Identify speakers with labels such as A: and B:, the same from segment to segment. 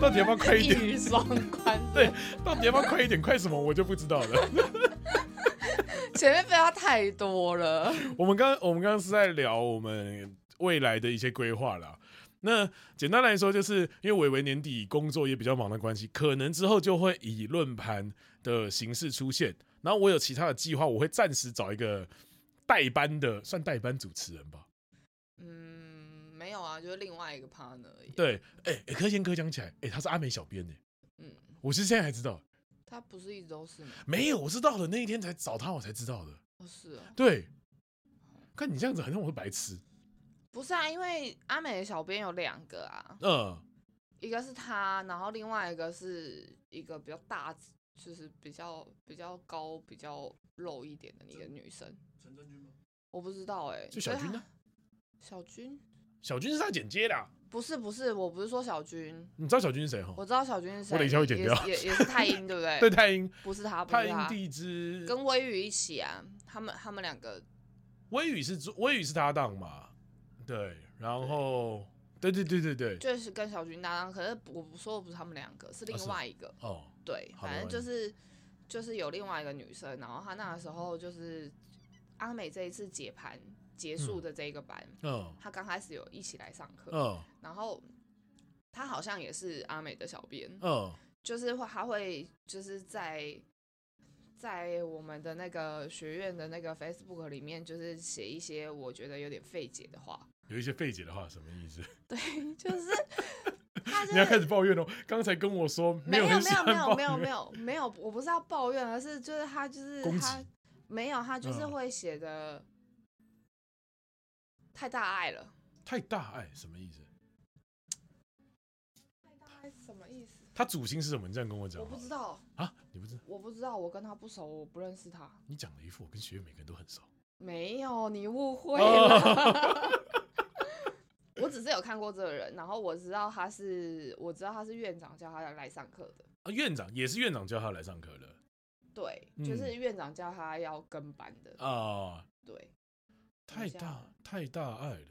A: 到底要不要快一
B: 一
A: 点？
B: 语双关。
A: 对，到底要不要快一点？快什么？我就不知道了。
B: 前面废话太多了。
A: 我们刚我们刚刚是在聊我们未来的一些规划啦。那简单来说，就是因为伟伟年底工作也比较忙的关系，可能之后就会以论坛的形式出现。然后我有其他的计划，我会暂时找一个代班的，算代班主持人吧。
B: 嗯，没有啊，就是另外一个 partner 而已。，
A: 对，哎、欸，柯先科讲起来，哎、他是阿美小编呢、
B: 嗯，
A: 我是现在才知道，
B: 他不是一直都是吗？
A: 没有，我是到了那一天才找他，我才知道的。
B: 哦，是哦，
A: 对，看你这样子，好像我是白痴。
B: 不是啊，因为阿美的小编有两个啊，
A: 嗯、
B: 一个是他，然后另外一个是一个比较大，就是比较比较高、比较肉一点的一个女生。我不知道哎、欸，
A: 就小军
B: 所以
A: 呢
B: 她？小军
A: 小军是他剪接的啊、
B: 不是不是，我不是说小军，
A: 你知道小军是谁哈
B: 我？知道小军是
A: 哦
B: 谁，
A: 我等一下会剪
B: 也
A: 掉
B: 也也是太英对不 对？
A: 对，太英，
B: 不是他，不
A: 太
B: 是
A: 英
B: 他，
A: 地之
B: 跟微雨一起啊，他们他们两个
A: 微雨是微雨是搭档嘛？对，然后对对对对对，
B: 就是跟小军搭档，可是我不说的不是他们两个，是
A: 啊是
B: 另
A: 啊
B: 外一个，
A: 哦，
B: 对，
A: 好
B: 反正
A: 没
B: 就
A: 关系
B: 是就是有另外一个女生，然后她那个时候就是阿美这一次解盘结束的这一个班，
A: 嗯
B: 她刚开始有一起来上课，
A: 嗯
B: 然后她好像也是阿美的小编，
A: 嗯
B: 就是会她会就是在。在我们的那个学院的那个 Facebook 里面，就是写一些我觉得有点费解的话，
A: 有一些费解的话，什么意思？
B: 就是他就是
A: 你要开始抱怨哦。刚才跟我说
B: 没有
A: 有
B: 没有
A: 人喜
B: 没
A: 欢抱
B: 有
A: 怨，
B: 没有没有没有，我不是要抱怨，而是就是他就是
A: 攻击
B: 他没有他就是
A: 嗯
B: 会写的太大爱了，
A: 太大爱什么意思？
B: 太大爱什么意思？
A: 他主心是什么？你这样跟我讲
B: 我
A: 好了，
B: 不知道，
A: 啊？你不知道？
B: 我不知道，我跟他不熟，我不认识他。
A: 你讲了一副我跟学院每个人都很熟。
B: 没有，你误会
A: 哦
B: 了。我只是有看过这个人，然后我知道他是，我知道他是院长叫他来上课的。
A: 啊，院长也是院长叫他来上课的
B: 对，就是
A: 嗯
B: 院长叫他要跟班的。
A: 啊，
B: 对，
A: 太
B: 等一下
A: 大太大爱了。哎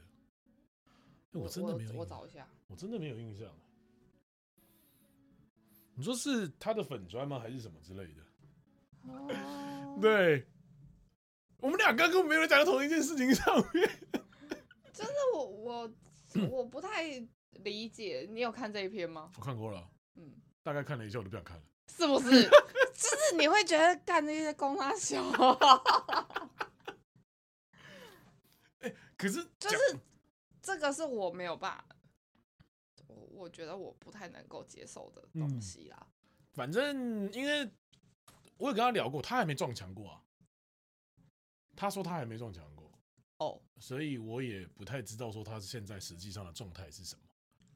A: 我真的
B: 我
A: 没有印
B: 我
A: 象
B: 找一下，
A: 我真的没有印象。你说是他的粉砖吗？还是什么之类的？
B: 哦
A: 对，我们俩刚根本没有讲到同一件事情上面。
B: 真的我 我我不太理解，你有看这一篇吗？
A: 我看过了，
B: 嗯，
A: 大概看了一下，我就不想看了。
B: 是不是？就是你会觉得干那些公他小，
A: 可是
B: 就
A: 讲，
B: 是这个是我没有办法，我我觉得我不太能够接受的
A: 嗯
B: 东西啦。
A: 反正因为我有跟他聊过，他还没撞墙过啊。他说他还没撞墙过，
B: 哦
A: 所以我也不太知道说他现在实际上的状态是什么。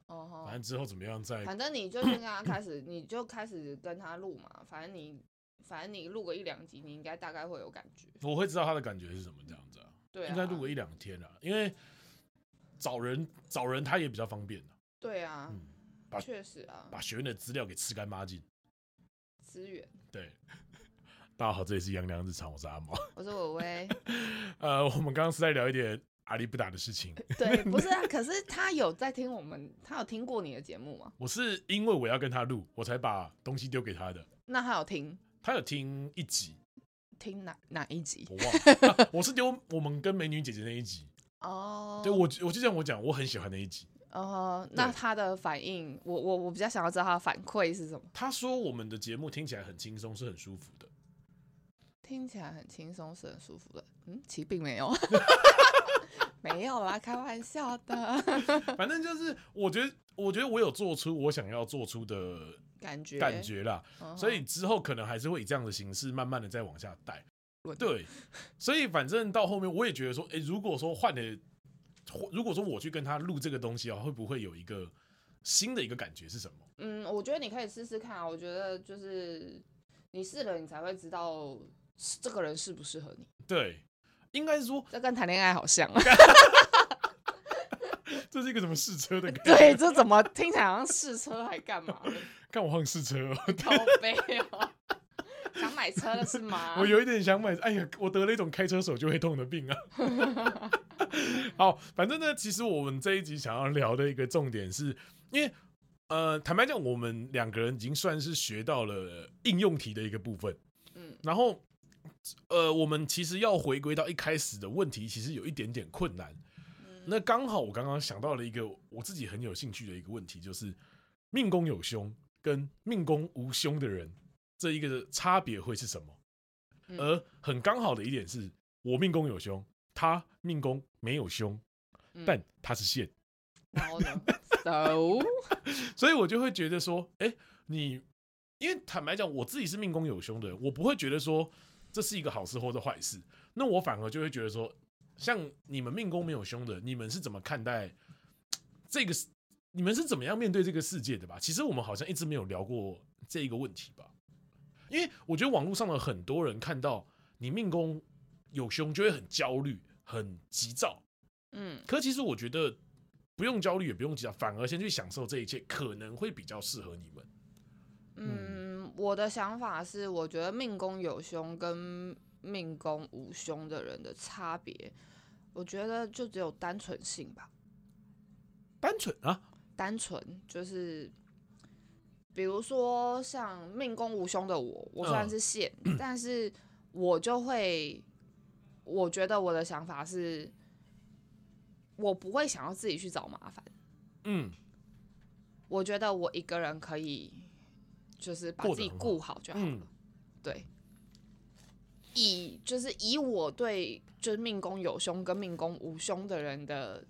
B: 哦
A: 反
B: 吼，
A: 正之后怎么样再
B: 反正你就先跟他开始，你就开始跟他录嘛，反正你。反正你录个一两集，你应该大概会有感觉。
A: 我会知道他的感觉是什么这样子啊。
B: 对啊，
A: 应该录个一两天啦，因为找人找人他也比较方便啊
B: 对啊
A: 嗯把，
B: 确、实啊，
A: 把学院的资料给吃干抹净。
B: 资源。
A: 对， 大家好，这里是杨良日常，我是阿毛。
B: 我说伟伟，
A: 呃，我们刚刚是在聊一点阿里不达的事情，
B: 对，不是啊，可是他有在听我们，他有听过你的节目吗？
A: 我是因为我要跟他录，我才把东西丢给他的。
B: 那他有听
A: 他有听一集，
B: 听哪哪一集？
A: 我忘了， 啊我是丢我们跟美女姐姐那一集。
B: 哦，
A: 对我，我就像我讲，我很喜欢那一集。
B: 哦，那
A: 对
B: 他的反应，我我我比较想要知道他的反馈是什么。
A: 他说我们的节目听起来很轻松，是很舒服的。
B: 听起来很轻松，是很舒服的。嗯，其实并没有， 没有啦，开玩笑的
A: 反正就是，我觉得，我觉得我有做出我想要做出的
B: 感觉，
A: 感，觉啦，
B: 嗯哼
A: 所以之后可能还是会以这样的形式慢慢的再往下带
B: 我。
A: 对，所以反正到后面我也觉得说，诶，如果说换了，或如果说我去跟他录这个东西啊，会不会有一个新的一个感觉是什么？
B: 嗯，我觉得你可以试试看啊。我觉得就是你试了，你才会知道这个人适不适合你。
A: 对，应该是说
B: 这跟谈恋爱好像啊。
A: 这是一个什么试车的感觉？
B: 对，这怎么听起来好像试车还干嘛的？
A: 看我好像试车、哦，
B: 靠背哦，想买车了是吗？
A: 我有一点想买，哎呀，我得了一种开车手就会痛的病啊。 好，反正呢，其实我们这一集想要聊的一个重点是，因为呃，坦白讲，我们两个人已经算是学到了应用题的一个部分，
B: 嗯
A: 然后呃，我们其实要回归到一开始的问题，其实有一点点困难。
B: 嗯
A: 那刚好我刚刚想到了一个我自己很有兴趣的一个问题，就是命宫有凶跟命宫无凶的人，这一个差别会是什么？
B: 嗯
A: 而很刚好的一点是我命宫有凶，他命宫没有凶，
B: 嗯
A: 但他是线，
B: 然后呢？So，
A: 所以我就会觉得说，哎、你因为坦白讲，我自己是命宫有凶的人，我不会觉得说这是一个好事或者坏事，那我反而就会觉得说，像你们命宫没有凶的，你们是怎么看待这个？你们是怎么样面对这个世界的吧？其实我们好像一直没有聊过这一个问题吧，因为我觉得网络上的很多人看到你命宫有凶，就会很焦虑、很急躁，
B: 嗯
A: 可其实我觉得不用焦虑，也不用急躁，反而先去享受这一切，可能会比较适合你们。
B: 嗯，我的想法是，我觉得命宫有凶跟命宫无凶的人的差别，我觉得就只有单纯性吧。
A: 单纯啊，
B: 单纯，就是比如说像命宫无凶的我，我虽然
A: 嗯
B: 是线，但是我就会，我觉得我的想法是，我不会想要自己去找麻烦。
A: 嗯，
B: 我觉得我一个人可以，就是把
A: 过得
B: 自己
A: 很好
B: 顾好就好了。
A: 嗯
B: 对，以就是以我对就是命宫有凶跟命宫无凶的人的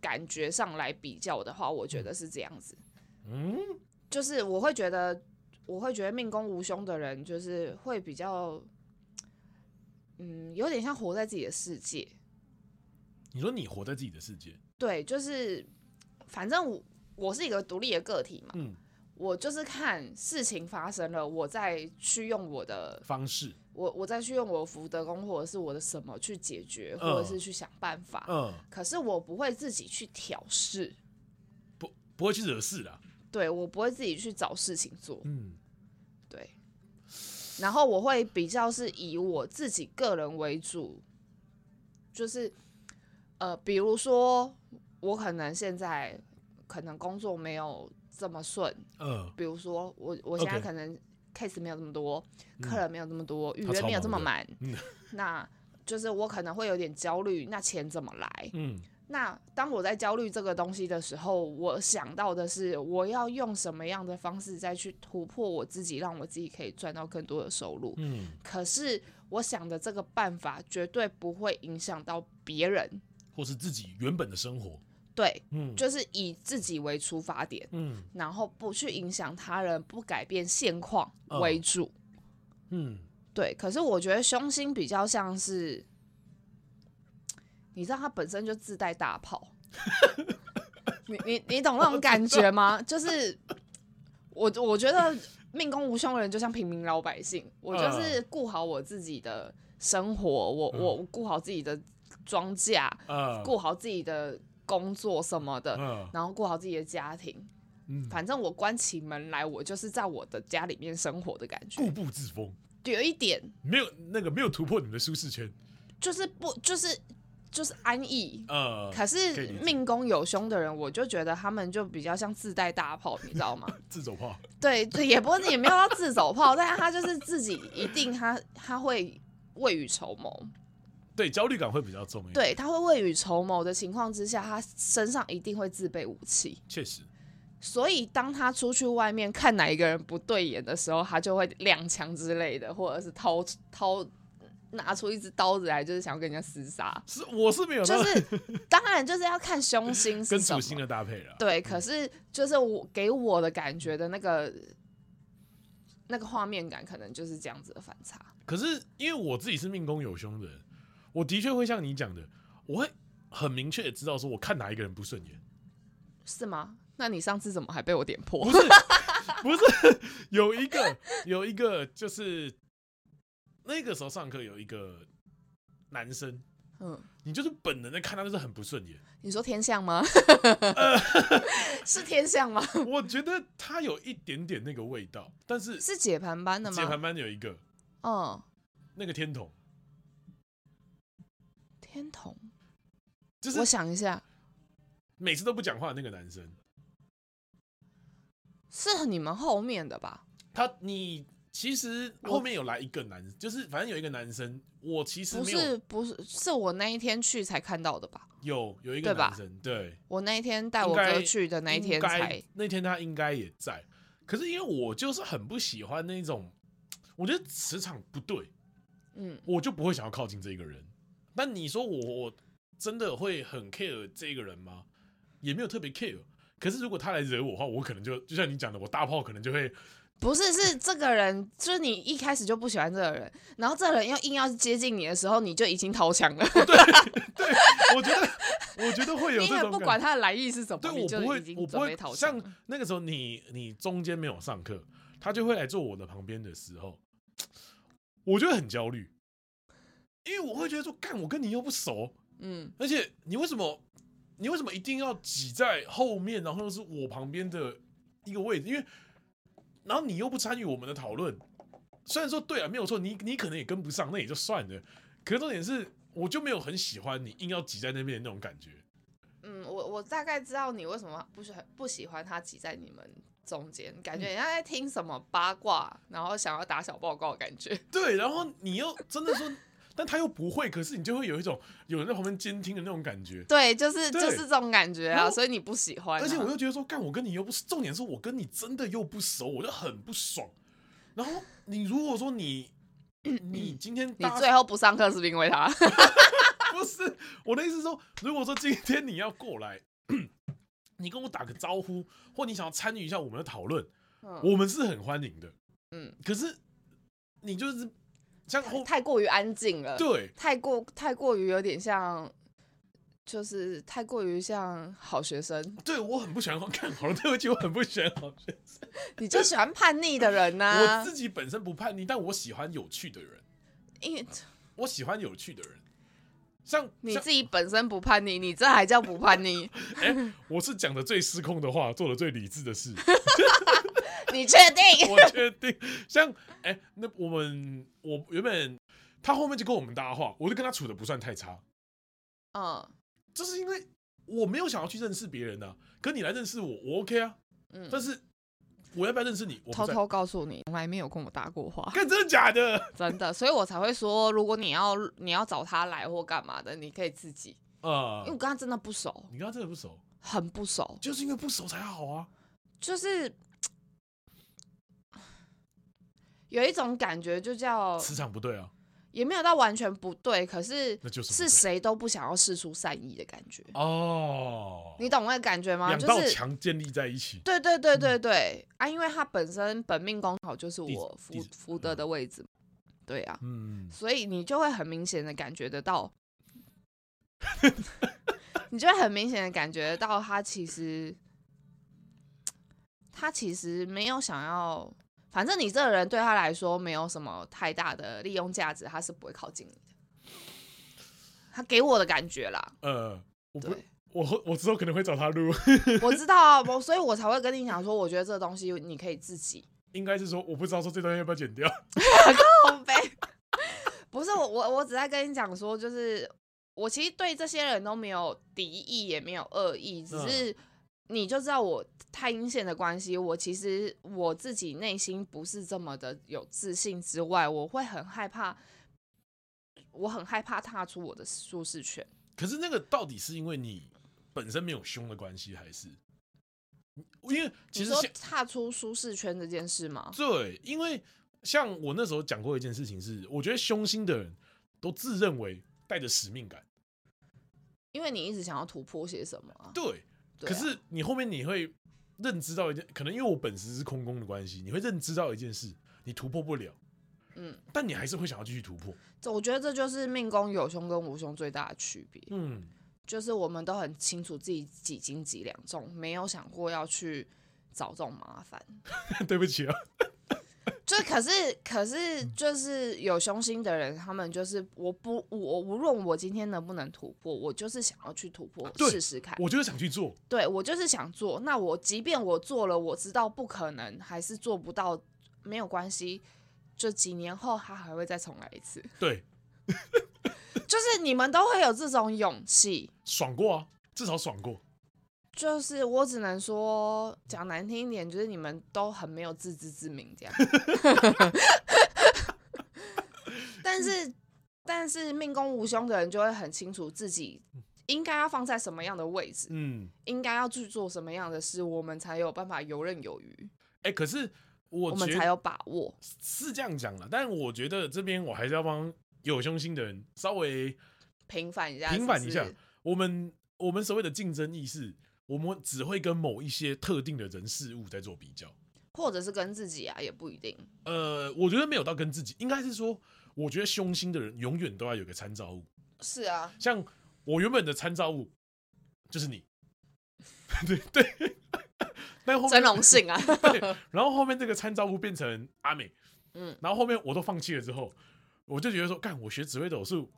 B: 感觉上来比较的话，我觉得是这样子。
A: 嗯，
B: 就是我会觉得，我会觉得命宫无凶的人，就是会比较，嗯，有点像活在自己的世界。
A: 你说你活在自己的世界，
B: 对，就是反正我我是一个独立的个体嘛，
A: 嗯，
B: 我就是看事情发生了，我再去用我的
A: 方式，
B: 我我再去用我的福德宫或者是我的什么去解决，
A: 嗯
B: 或者是去想办法。
A: 嗯，
B: 可是我不会自己去挑事，
A: 不不会去惹事啦，
B: 对我不会自己去找事情做，
A: 嗯
B: 对。然后我会比较是以我自己个人为主，就是呃，比如说我可能现在可能工作没有这么顺，
A: 呃，
B: 比如说我我现在
A: OK 嗯
B: 可能 case 没有这么多，客人没有这么多，预
A: 他
B: 约
A: 超
B: 没有这么
A: 忙的
B: 满，
A: 嗯
B: 那就是我可能会有点焦虑，那钱怎么来？
A: 嗯
B: 那当我在焦虑这个东西的时候，我想到的是我要用什么样的方式再去突破我自己，让我自己可以赚到更多的收入。
A: 嗯，
B: 可是我想的这个办法绝对不会影响到别人，
A: 或是自己原本的生活，
B: 对，
A: 嗯
B: 就是以自己为出发点，
A: 嗯
B: 然后不去影响他人，不改变现况
A: 嗯
B: 为主。
A: 嗯，
B: 对，可是我觉得凶星比较像是，你知道他本身就自带大炮， 你你你懂那种感觉吗？就是我我觉得命宫无凶的人就像平民老百姓，我就是
A: 嗯
B: 顾好我自己的生活，我我我顾好自己的庄稼，
A: 呃，
B: 顾好自己的工作什么的，
A: 嗯
B: 然后顾好自己的家庭。
A: 嗯，
B: 反正我关起门来，我就是在我的家里面生活的感
A: 固
B: 觉，
A: 步自封，
B: 有一点
A: 没有那个没有突破你们的舒适圈，
B: 就是不就是就是安逸。
A: 呃，
B: 可
A: 可以
B: 是
A: 理解
B: 命宫有凶的人，我就觉得他们就比较像自带大炮，你知道吗？
A: 自走炮，
B: 对，对，也不是也没有到自走炮，但是他就是自己一定他他会未雨绸缪，
A: 嗯对，焦虑感会比较重一点，，
B: 对，他会未雨绸缪的情况之下，他身上一定会自备武器，
A: 确实，
B: 所以当他出去外面看哪一个人不对眼的时候，他就会亮枪之类的，或者是掏掏拿出一支刀子来，就是想要跟人家厮杀。
A: 是我是没有
B: 就
A: 到
B: 是当然就是要看凶星是
A: 跟
B: 什
A: 主
B: 么。
A: 星的搭配了，
B: 对，可是就是我给我的感觉的那个那个画面感，可能就是这样子的反差。
A: 可是因为我自己是命宫有凶的人，我的确会像你讲的，我会很明确的知道说我看哪一个人不顺眼。
B: 是吗？那你上次怎么还被我点破
A: 不？是不是，有一个有一个就是那个时候上课有一个男生，
B: 嗯，
A: 你就是本能的看他就是很不顺 眼，
B: 你说天象吗？ 是天象吗？
A: 我觉得他有一点点那个味道，但是
B: 是解盘班的
A: 解
B: 吗
A: 盘？班有一个，
B: 嗯，
A: 那个天童，
B: 天童，
A: 就是
B: 我想一下，
A: 每次都不讲话的那个男生，
B: 是你们后面的吧？
A: 他你其实
B: 我
A: 后面有来一个男，就是反正有一个男生，我其实
B: 不
A: 没有
B: 是，不是，是我那一天去才看到的吧？
A: 有有一个
B: 对吧
A: 男生，对，
B: 我那一天带我
A: 应该
B: 哥去的那一天
A: 应该
B: 才，
A: 那天他应该也在，可是因为我就是很不喜欢那种，我觉得磁场不对，
B: 嗯，
A: 我就不会想要靠近这个人。但你说我我真的会很 care 这个人吗？也没有特别 care。可是如果他来惹我的话，我可能就就像你讲的，我大炮可能就会
B: 不是，是这个人，就是你一开始就不喜欢这个人，然后这个人又硬要接近你的时候，你就已经投降了，
A: 对，我觉得我觉得会有
B: 你
A: 这
B: 也
A: 种
B: 不
A: 感
B: 管他的来意是什么，
A: 对
B: 哦你
A: 我
B: 就
A: 不
B: 已
A: 会，我
B: 经
A: 不
B: 准备
A: 会
B: 投降
A: 像
B: 了。
A: 那个时候你你中间没有上课，他就会来坐我的旁边的时候，我就会很焦虑，因为我会觉得说，干我跟你又不熟，
B: 嗯，
A: 而且你为什么你为什么一定要挤在后面，然后又是我旁边的一个位置？因为然后你又不参与我们的讨论，虽然说对啊没有错，你你可能也跟不上，那也就算了，可是重点是我就没有很喜欢你硬要挤在那边的那种感觉。
B: 嗯，我我大概知道你为什么不喜欢不喜欢他挤在你们中间，感觉人家在听什么八卦，然后想要打小报告的感觉。
A: 对，然后你又真的说，但他又不会，可是你就会有一种有人在旁边监听的那种感觉。
B: 对，就是就
A: 对
B: 是这种感觉
A: 然
B: 啊，
A: 后
B: 所以你不喜欢啊、
A: 而且我又觉得说，干，我跟你又不是，重点是我跟你真的又不熟，我就很不爽。然后你如果说 你，你今天
B: 你
A: 搭
B: 最后不上课是不是因为他，
A: 不是我的意思是说，如果说今天你要过来，你跟我打个招呼，或你想要参与一下我们的讨论，
B: 嗯
A: 我们是很欢迎的。
B: 嗯，
A: 可是你就是像后
B: 太过于安静了，
A: 对，
B: 太过太过于有点像，就是太过于像好学生，
A: 对我很不喜欢看好人，对不起，我很不喜欢好人。
B: 你就喜欢叛逆的人呐、
A: 我自己本身不叛逆，但我喜欢有趣的人，
B: 因为
A: 我喜欢有趣的人。像
B: 你
A: 像
B: 自己本身不叛逆，你这还叫不叛逆？
A: 哎、我是讲的最失控的话，做的最理智的 事，
B: 你确定？
A: 我确定。像哎、那我们我原本他后面就跟我们搭话，我就跟他处的不算太差，
B: 嗯
A: 就是因为我没有想要去认识别人啊。可你来认识我，我 OK 啊，但
B: 嗯，
A: 是我要不要认识你，我不
B: 偷
A: 在
B: 偷告诉你，从来没有跟我搭过话，
A: 干真的假的？
B: 真的，所以我才会说，如果你要你要找他来或干嘛的，你可以自己，
A: 啊
B: 因为我跟他真的不熟，
A: 你跟他真的不熟，
B: 很不熟，
A: 就是因为不熟才好啊。
B: 就是。有一种感觉，就叫
A: 磁场不对啊，
B: 也没有到完全不对，可是
A: 那就是不
B: 是
A: 对
B: 谁都不想要试出善意的感觉，
A: 哦，
B: 你懂那个感觉吗？
A: 两
B: 就
A: 道
B: 是
A: 墙嗯建立在一起。
B: 对对对对对、啊，因为他本身本命宫好就是
A: 地
B: 我
A: 地
B: 福福德的位置嘛，对啊，
A: 嗯，
B: 所以你就会很明显的感觉得到，你就会很明显的感觉得到他其实他其实没有想要，反正你这个人对他来说没有什么太大的利用价值，他是不会靠近你的。他给我的感觉啦，
A: 呃，我不
B: 对，
A: 我会我之后可能会找他录，
B: 我知道啊，我所以，我才会跟你讲说，我觉得这东西你可以自己
A: 应该是说我不知道说这段要不要剪掉。
B: 烘焙。 不是我，我我只在跟你讲说，就是我其实对这些人都没有敌意，也没有恶意，只
A: 嗯
B: 是你就知道我太阴险的关系，我其实我自己内心不是这么的有自信之外，我会很害怕，我很害怕踏出我的舒适圈。
A: 可是那个到底是因为你本身没有凶的关系，还是因为其
B: 你
A: 实
B: 说
A: 像
B: 踏出舒适圈这件事吗？
A: 对，因为像我那时候讲过一件事情是，我觉得凶心的人都自认为带着使命感，
B: 因为你一直想要突破些什么、啊？
A: 对，
B: 对啊
A: 可是你后面你会认知到一件，可能因为我本身是空宫的关系，你会认知到一件事，你突破不了，
B: 嗯，
A: 但你还是会想要继续突破，
B: 这我觉得这就是命宫有凶跟无凶最大的区别，
A: 嗯，
B: 就是我们都很清楚自己几斤几两重，没有想过要去找这种麻烦。
A: 对不起啊，
B: 就可是可是就是有凶心的人，他们就是我不我无论我今天能不能突破，我就是想要去突破
A: 对
B: 试试看。
A: 我就是想去做，
B: 对我就是想做，那我即便我做了，我知道不可能，还是做不到，没有关系。就几年后他还会再重来一次，
A: 对，
B: 就是你们都会有这种勇气。
A: 爽过啊，至少爽过。
B: 就是我只能说，讲难听一点，就是你们都很没有自知之明这样。 但是，但是命宫无凶的人就会很清楚自己应该要放在什么样的位置，
A: 嗯，
B: 应该要去做什么样的事，我们才有办法游刃有余，
A: 哎、可是
B: 我
A: 我
B: 们
A: 觉
B: 才
A: 得
B: 有把握。
A: 是这样讲了，但我觉得这边我还是要帮有凶心的人稍微
B: 平反一下，
A: 平反
B: 是
A: 一
B: 不
A: 下
B: 是。
A: 我们我们所谓的竞争意识，我们只会跟某一些特定的人事物在做比较。
B: 或者是跟自己啊，也不一定。
A: 呃，我觉得没有到跟自己，应该是说，我觉得凶心的人永远都要有个参照物。
B: 是啊，
A: 像我原本的参照物就是你， 对对。 但后面
B: 真荣幸 啊。
A: 对，然后后面这个参照物变成阿美，
B: 嗯，
A: 然后后面我都放弃了之后，我就觉得说，干我学紫微斗数，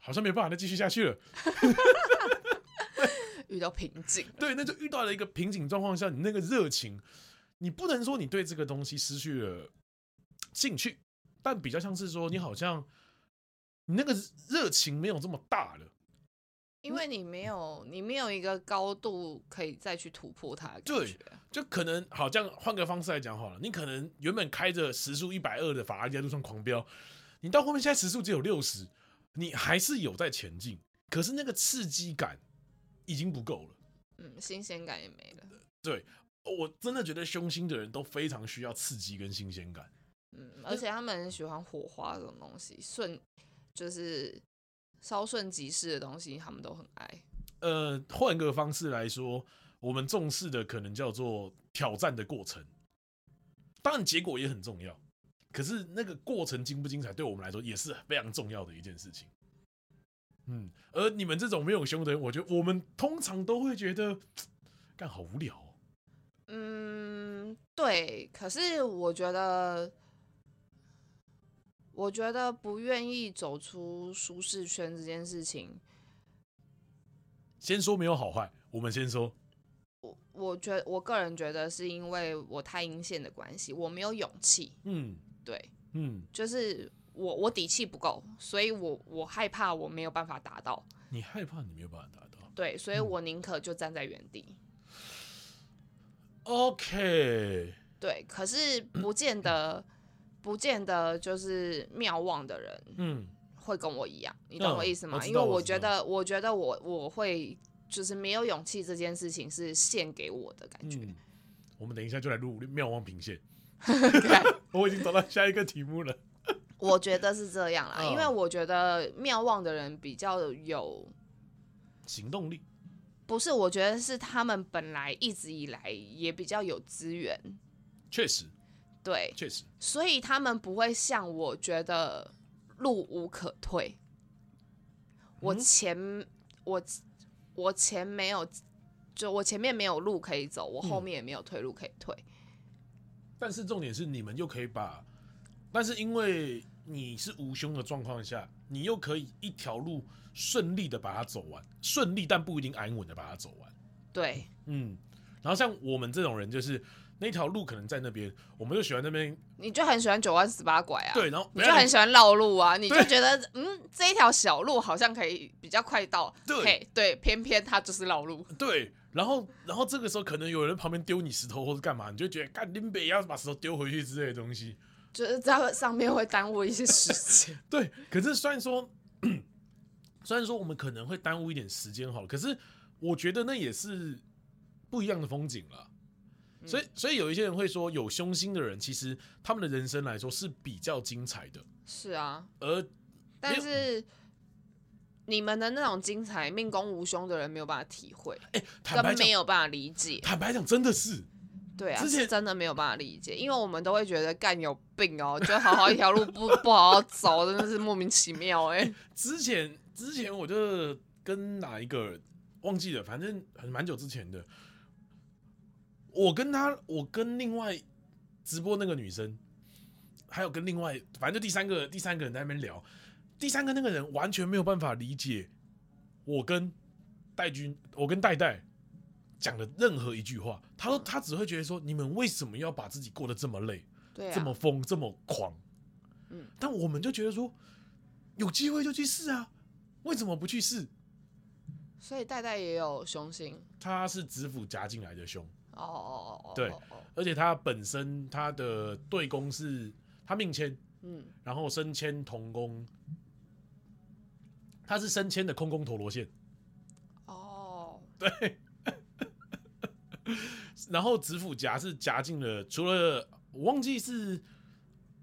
A: 好像没办法再继续下去了。
B: 遇到瓶颈，
A: 对，那就遇到了一个瓶颈状况下，你那个热情，你不能说你对这个东西失去了兴趣，但比较像是说你好像你那个热情没有这么大了。
B: 因为你没有，你没有一个高度可以再去突破它的感
A: 对
B: 觉。
A: 就可能好，这样换个方式来讲好了，你可能原本开着时速一百二的法拉利在路上狂飙，你到后面现在时速只有六十，你还是有在前进，可是那个刺激感已经不够了。
B: 嗯，新鲜感也没了。
A: 对我真的觉得凶心的人都非常需要刺激跟新鲜感。
B: 嗯，而且他们很喜欢火花这种东西，顺就是稍瞬即逝的东西，他们都很爱。
A: 呃，换个方式来说，我们重视的可能叫做挑战的过程，当然结果也很重要，可是那个过程精不精彩，对我们来说也是非常重要的一件事情。嗯，而你们这种没有胸的人，我觉得我们通常都会觉得，嗯干好无聊、哦。
B: 嗯，对。可是我觉得，我觉得不愿意走出舒适圈这件事情，
A: 先说没有好坏，我们先说，
B: 我我觉我个人觉得是因为我太阴险的关系，我没有勇气。
A: 嗯
B: 对，
A: 嗯，
B: 就是我我底气不够，所以我我害怕我没有办法达到。
A: 你害怕你没有办法达到。
B: 对，所以我宁可就站在原地。
A: OK，
B: 对，可是不见 得，不见得就是妙望的人
A: 嗯，
B: 会跟我一样，你懂我意思
A: 嗯我
B: 吗？
A: 知
B: 因为
A: 道我
B: 我
A: 知
B: 觉
A: 道
B: 得，我觉得我我会就是没有勇气这件事情是献给我的感觉。
A: 嗯，我们等一下就来录妙望平线，
B: 对
A: 我已经找到下一个题目了。
B: 我觉得是这样啦，因为
A: 嗯
B: 我觉得妙望的人比较有，
A: 行动力。
B: 不是，我觉得是他们本来一直以来也比较有资源，
A: 确实，
B: 对，
A: 确实，
B: 所以他们不会像我觉得路无可退，我
A: 嗯
B: 前、我我前没有，就我前面没有路可以走，我
A: 嗯
B: 后面也没有退路可以退。
A: 但是重点是你们又可以把，但是因为你是无胸的状况下，你又可以一条路顺利的把它走完，顺利但不一定安稳的把它走完。
B: 对，
A: 嗯，然后像我们这种人，就是那条路可能在那边，我们就喜欢那边
B: 你就很喜欢九弯十八拐啊，
A: 对，然后哎
B: 你就很喜欢绕路啊，你就
A: 对
B: 觉得嗯这一条小路好像可以比较快到，
A: 对嗯
B: 嘿对，偏偏它就是绕路。
A: 对，然后然后这个时候可能有人旁边丢你石头或者干嘛，你就觉得干林北要把石头丢回去之类的东西。
B: 就是在上面会耽误一些时间，
A: 对，可是虽然说， 虽然说我们可能会耽误一点时间好了，可是我觉得那也是不一样的风景了。
B: 嗯
A: 所以，所以有一些人会说，有凶心的人，其实他们的人生来说是比较精彩的。
B: 是啊，
A: 而
B: 但是你们的那种精彩命宫无凶的人没有办法体会，
A: 哎、坦白
B: 跟没
A: 讲，
B: 有办法理解。
A: 坦白讲，真的是
B: 对啊，
A: 之前
B: 是真的没有办法理解，因为我们都会觉得干有病哦，就好好一条路不不好好走，真的是莫名其妙哎、
A: 之前之前我就跟哪一个忘记了，反正很蛮久之前的。我跟他，我跟另外直播那个女生，还有跟另外，反正就第三个第三个人在那边聊，第三个那个人完全没有办法理解我跟戴军，我跟戴戴讲的任何一句话，他说他只会觉得说，你们为什么要把自己过得这么累，
B: 对
A: 这么
B: 啊，
A: 疯，这么狂？
B: 嗯
A: 但我们就觉得说，有机会就去试啊，为什么不去试？
B: 所以戴戴也有雄心
A: 它是指腹夹进来的胸，
B: 哦哦哦哦，
A: 对
B: 哦，哦
A: 而且它本身它的对宫是它命签，
B: 嗯，
A: 然后升迁同宫，它是升迁的空宫陀罗线，
B: 哦，
A: 然后指腹夹是夹进了，除了我忘记是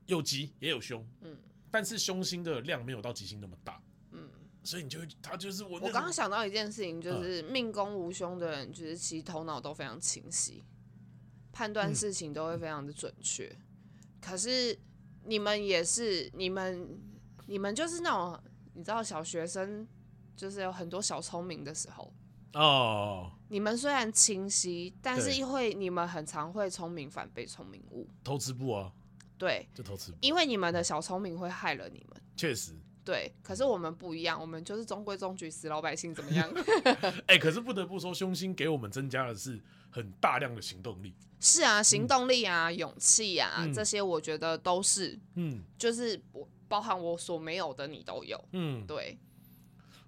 A: 有吉也有凶，
B: 嗯
A: 但是凶星的量没有到吉星那么大，
B: 嗯，
A: 所以你就会它就是我那嗯
B: 我
A: 种
B: 刚刚想到一件事情，就是命宫无凶的人，就是其实头脑都非常清晰，判断
A: 嗯
B: 事情都会非常的准确。可是你们也是，你们你们就是那种，你知道小学生就是有很多小聪明的时候，
A: 哦，
B: 你们虽然清晰，但
A: 对
B: 是会你们很常会聪明反被聪明误，
A: 偷吃布啊，
B: 对，
A: 就偷吃布，
B: 因为你们的小聪明会害了你们。
A: 确实，
B: 对，可是我们不一样，我们就是中规中矩，死老百姓怎么样？
A: 哎、可是不得不说，凶星给我们增加的是很大量的行动力，
B: 是啊，行动力啊，勇气啊，
A: 嗯
B: 这些我觉得都是，
A: 嗯
B: 就是我包含我所没有的，你都有。
A: 嗯，
B: 对，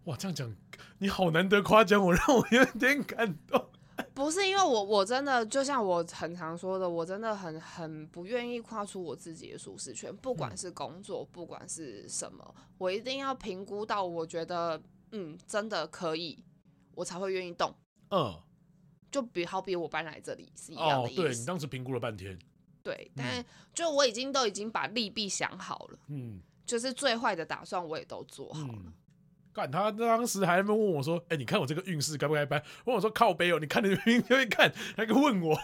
A: 哇，这样讲你好难得夸奖我，让我有点感动，
B: 不是因为我我真的就像我很常说的，我真的很很不愿意跨出我自己的舒适圈，不管
A: 嗯
B: 是工作，不管是什么，我一定要评估到我觉得嗯真的可以，我才会愿意动。
A: 嗯，
B: 就比好比我搬来这里是一样
A: 哦
B: 的，意
A: 对你嗯
B: 思，
A: 当时评估了半天，
B: 对，但就我已经都已经把利弊想好了，
A: 嗯
B: 就是最坏的打算我也都做好了。
A: 嗯。干他当时还在那边问我说：“哎、你看我这个运势该不该搬？”问我说：“靠背哦，你看你明就会看，还给问我。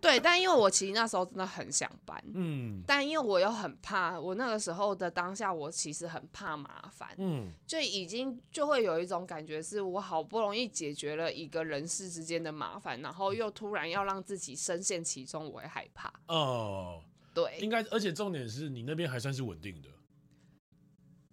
B: 对，但因为我其实那时候真的很想搬”，
A: 嗯
B: 但因为我又很怕，我那个时候的当下，我其实很怕麻烦，
A: 嗯，
B: 就已经就会有一种感觉，是我好不容易解决了一个人事之间的麻烦，然
A: 嗯
B: 后又突然要让自己深陷其中，我会害怕。
A: 哦，应
B: 对
A: 该，而且重点是你那边还算是稳定的。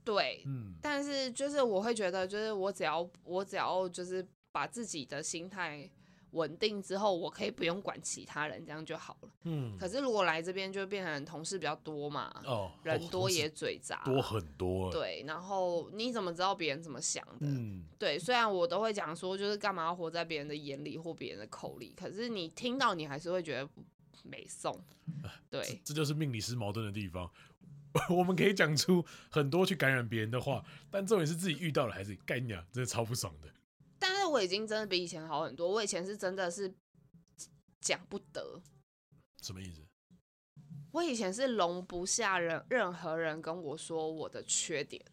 B: 对，
A: 嗯
B: 但是就是我会觉得，就是我只要我只要就是把自己的心态稳定之后，我可以不用管其他人，这样就好了。
A: 嗯，
B: 可是如果来这边就变成同事比较多嘛，
A: 哦，
B: 人
A: 哦
B: 多
A: 同时
B: 也嘴杂，
A: 多很多。，
B: 对，然后你怎么知道别人怎么想的？
A: 嗯，
B: 对，虽然我都会讲说，就是干嘛要活在别人的眼里或别人的口里，可是你听到你还是会觉得没送。对，
A: 呃这就是命理师矛盾的地方。 我们可以讲出很多去感染别人的话，但重点是自己遇到了还是干你啊，真的超不爽的。
B: 但是我已经真的比以前好很多。我以前是真的是讲不得，
A: 什么意思？
B: 我以前是容不下人任何人跟我说我的缺点。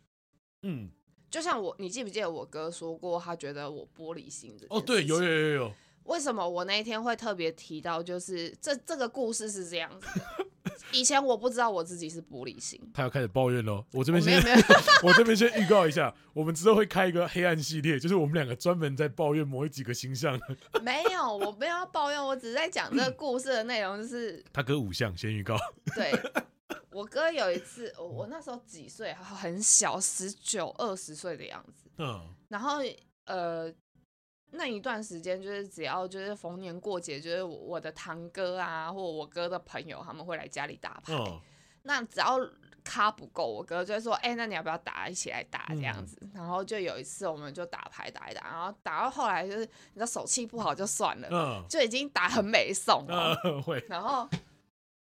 A: 嗯，
B: 就像我，你记不记得我哥说过，他觉得我玻璃心这
A: 哦，
B: 件
A: 对，
B: 事
A: 有
B: 情
A: 有有有，
B: 为什么我那一天会特别提到，就是这这个故事是这样子的。以前我不知道我自己是玻璃心，
A: 他要开始抱怨喽。我这边
B: 我哦没
A: 先
B: 有，没有，
A: 我这边先预告一下，我们之后会开一个黑暗系列，就是我们两个专门在抱怨某一几个形象。
B: 没有，我没有要抱怨，我只是在讲这个故事的内容，就是
A: 他哥五项先预告，
B: 对。我哥有一次，我我那时候几岁，啊很小，十九二十岁的样子。
A: 嗯
B: 然后呃，那一段时间就是只要就是逢年过节，就是我我的堂哥啊，或我哥的朋友，他们会来家里打牌。
A: 嗯，
B: 那只要咖不够，我哥就会说：“哎、那你要不要打？一起来打
A: 嗯
B: 这样子。然后就有一次，我们就打牌打一打，然后打到后来就是，你知道手气不好就算了，
A: 嗯
B: 就已经打很没送了。
A: 嗯， 会，
B: 然后，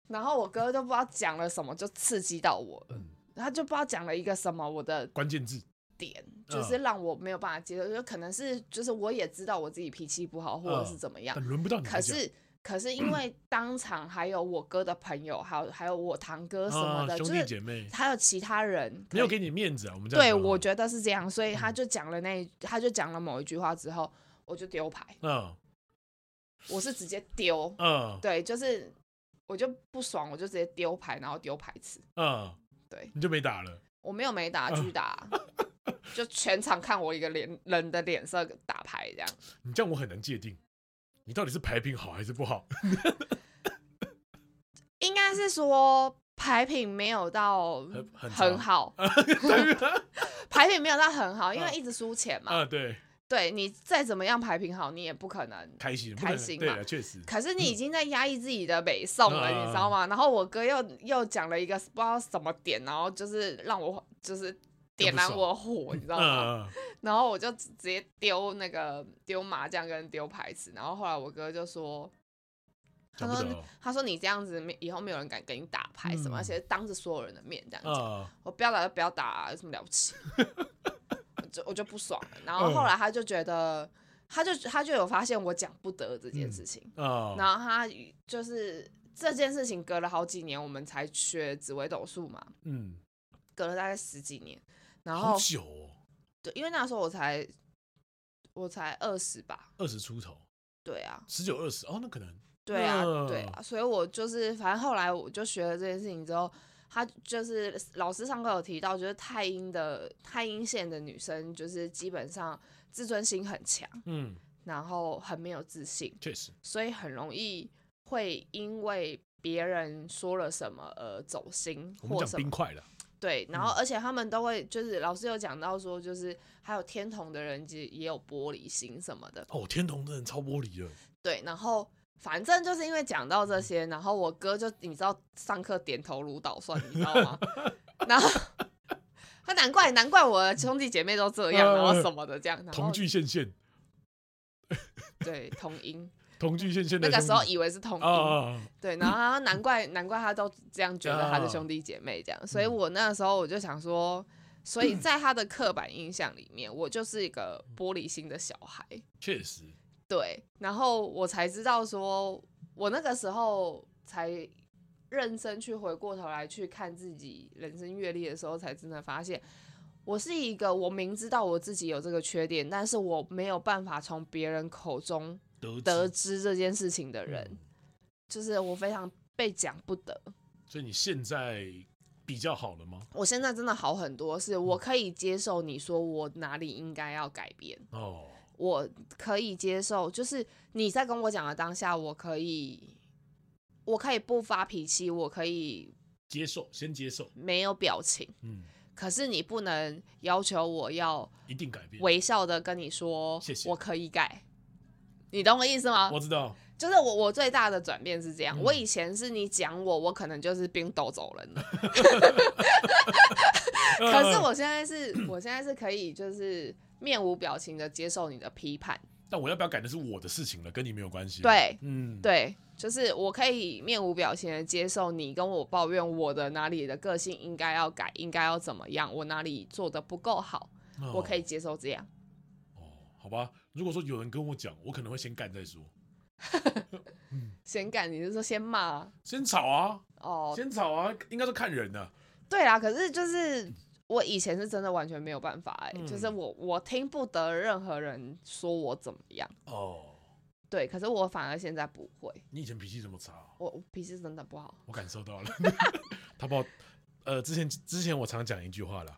B: 然后我哥就不知道讲了什么，就刺激到我了
A: 嗯。
B: 他就不知道讲了一个什么我的
A: 关键字，
B: 点，
A: 嗯
B: 就是让我没有办法接受，就可能是就是我也知道我自己脾气不好，或者是怎么样
A: 但，轮不到你来
B: 可
A: 嗯讲。
B: 是可是因为当场还有我哥的朋友，还有还有我堂哥什么的，
A: 啊、
B: 就
A: 兄弟
B: 是
A: 姐妹
B: 还有其他人
A: 没有
B: 可以
A: 给你面子啊，我们这样
B: 对，
A: 讲好
B: 我觉得是这样，所以
A: 嗯
B: 他就讲了那一，他就讲了某一句话之后，我就丢牌，
A: 嗯
B: 我是直接丢，
A: 嗯
B: 对，就是我就不爽，我就直接丢牌，然后丢牌子，
A: 嗯，
B: 对
A: 你就没打了。
B: 我没有没打，
A: 嗯
B: 继 续打，就全场看我一个脸人的脸色打牌这样。
A: 你这样我很难界定，你到底是牌品好还是不好？
B: 应该是说牌品没有到
A: 很很
B: 很
A: 差 啊
B: 好，牌品没有到很好，因为
A: 嗯
B: 一直输钱嘛。
A: 啊，对，
B: 对你再怎么样排评好，你也不可能。
A: 开心，不
B: 开
A: 能
B: 心
A: 对
B: 嘛
A: 了，确实，
B: 可是你已经在压抑自己的北宋了，
A: 嗯
B: 你知道吗？然后我哥又又讲了一个不知道什么点，然后就是让我就是点燃我火，你知道吗？
A: 嗯，
B: 然后我就直直接丢那个丢麻将跟丢牌子，然后后来我哥就说。他
A: 讲不得
B: 说
A: 哦：“
B: 他说你这样子，没以后没有人敢跟你打牌什
A: 嗯
B: 么，而且当着所有人的面这样讲。
A: 嗯
B: 我不要打就不要打、啊，有什么了不起？我就我就不爽了。然后后来他就觉得，他就他就有发现我讲不得这件事情，
A: 嗯，
B: 然后他就是这件事情隔了好几年，我们才学紫微斗数嘛，
A: 嗯，
B: 隔了大概十几年。然
A: 好
B: 后
A: 久哦，
B: 对，因为那时候我才我才二十吧，
A: 二十出头，
B: 对啊，
A: 十九二十，哦，那可能，
B: 对啊，
A: 嗯
B: 对啊，所以我就是反正后来我就学了这件事情之后，他就是老师上课有提到，就是太阴的太阴线的女生，就是基本上自尊心很强，
A: 嗯，
B: 然后很没有自信，
A: 确实，
B: 所以很容易会因为别人说了什么而走心
A: 我们
B: 或
A: 讲
B: 什
A: 冰嗯
B: 么。
A: 块了，
B: 对，然后而且他们都会就是老师有讲到说，就是还有天童的人也也有玻璃心什么的，
A: 哦，天童真的超玻璃了，
B: 对，然后反正就是因为讲到这些，然后我哥就你知道上课点头如捣蒜，你知道吗？ 然后他难怪难怪我的兄弟姐妹都这样，然后什么的这样，然后
A: 嗯同具现现，
B: 对同音，
A: 同具现现的
B: 那个
A: 兄
B: 时候
A: 弟
B: 以为是同音，
A: 啊啊，啊
B: 对，然后他难怪难怪他都这样觉得他的兄弟姐妹这样，所以我那时候我就想说。所以在他的刻板印象里面，我就是一个玻璃心的小孩。
A: 确实，
B: 对，然后我才知道说，我那个时候才认真去回过头来去看自己人生阅历的时候，才真的发现，我是一个我明知道我自己有这个缺点，但是我没有办法从别人口中
A: 得
B: 得
A: 知
B: 知这件事情的人，
A: 嗯
B: 就是我非常被讲不得。
A: 所以你现在比较好了吗？
B: 我现在真的好很多，是我可以接受你说我哪里应该要改变。
A: 哦，
B: 我可以接受，就是你在跟我讲的当下，我可以，我可以不发脾气，我可以
A: 接受，先接受，
B: 没有表情，
A: 嗯，
B: 可是你不能要求我要
A: 一定改变，
B: 微笑的跟你说，
A: 谢谢
B: 我可以改，你懂我意思吗？
A: 我知道，
B: 就是我我最大的转变是这样，
A: 嗯
B: 我以前是你讲我，我可能就是冰斗走人了，可是
A: 呃，
B: 我现在是， 我现在是可以就是面无表情的接受你的批判，
A: 但我要不要改的是我的事情了，跟你没有关系，，
B: 对，
A: 嗯，，
B: 对，就是我可以面无表情的接受你跟我抱怨我的哪里的个性应该要改，应该要怎么样，我哪里做的不够好，我可以接受这样。
A: 哦，好吧，如果说有人跟我讲，我可能会先干再说，
B: 先干，你是说先骂啊？
A: 先吵啊，
B: 哦，
A: 先吵啊，应该说看人的、
B: 对啦，可是就是我以前是真的完全没有办法哎、就是
A: 嗯
B: 我我听不得任何人说我怎么样，
A: 哦。
B: 对，可是我反而现在不会，
A: 你以前脾气这么差哦、
B: 我我脾气真的 不好，
A: 我感受到了。他把我，呃，之前之前我常讲一句话啦，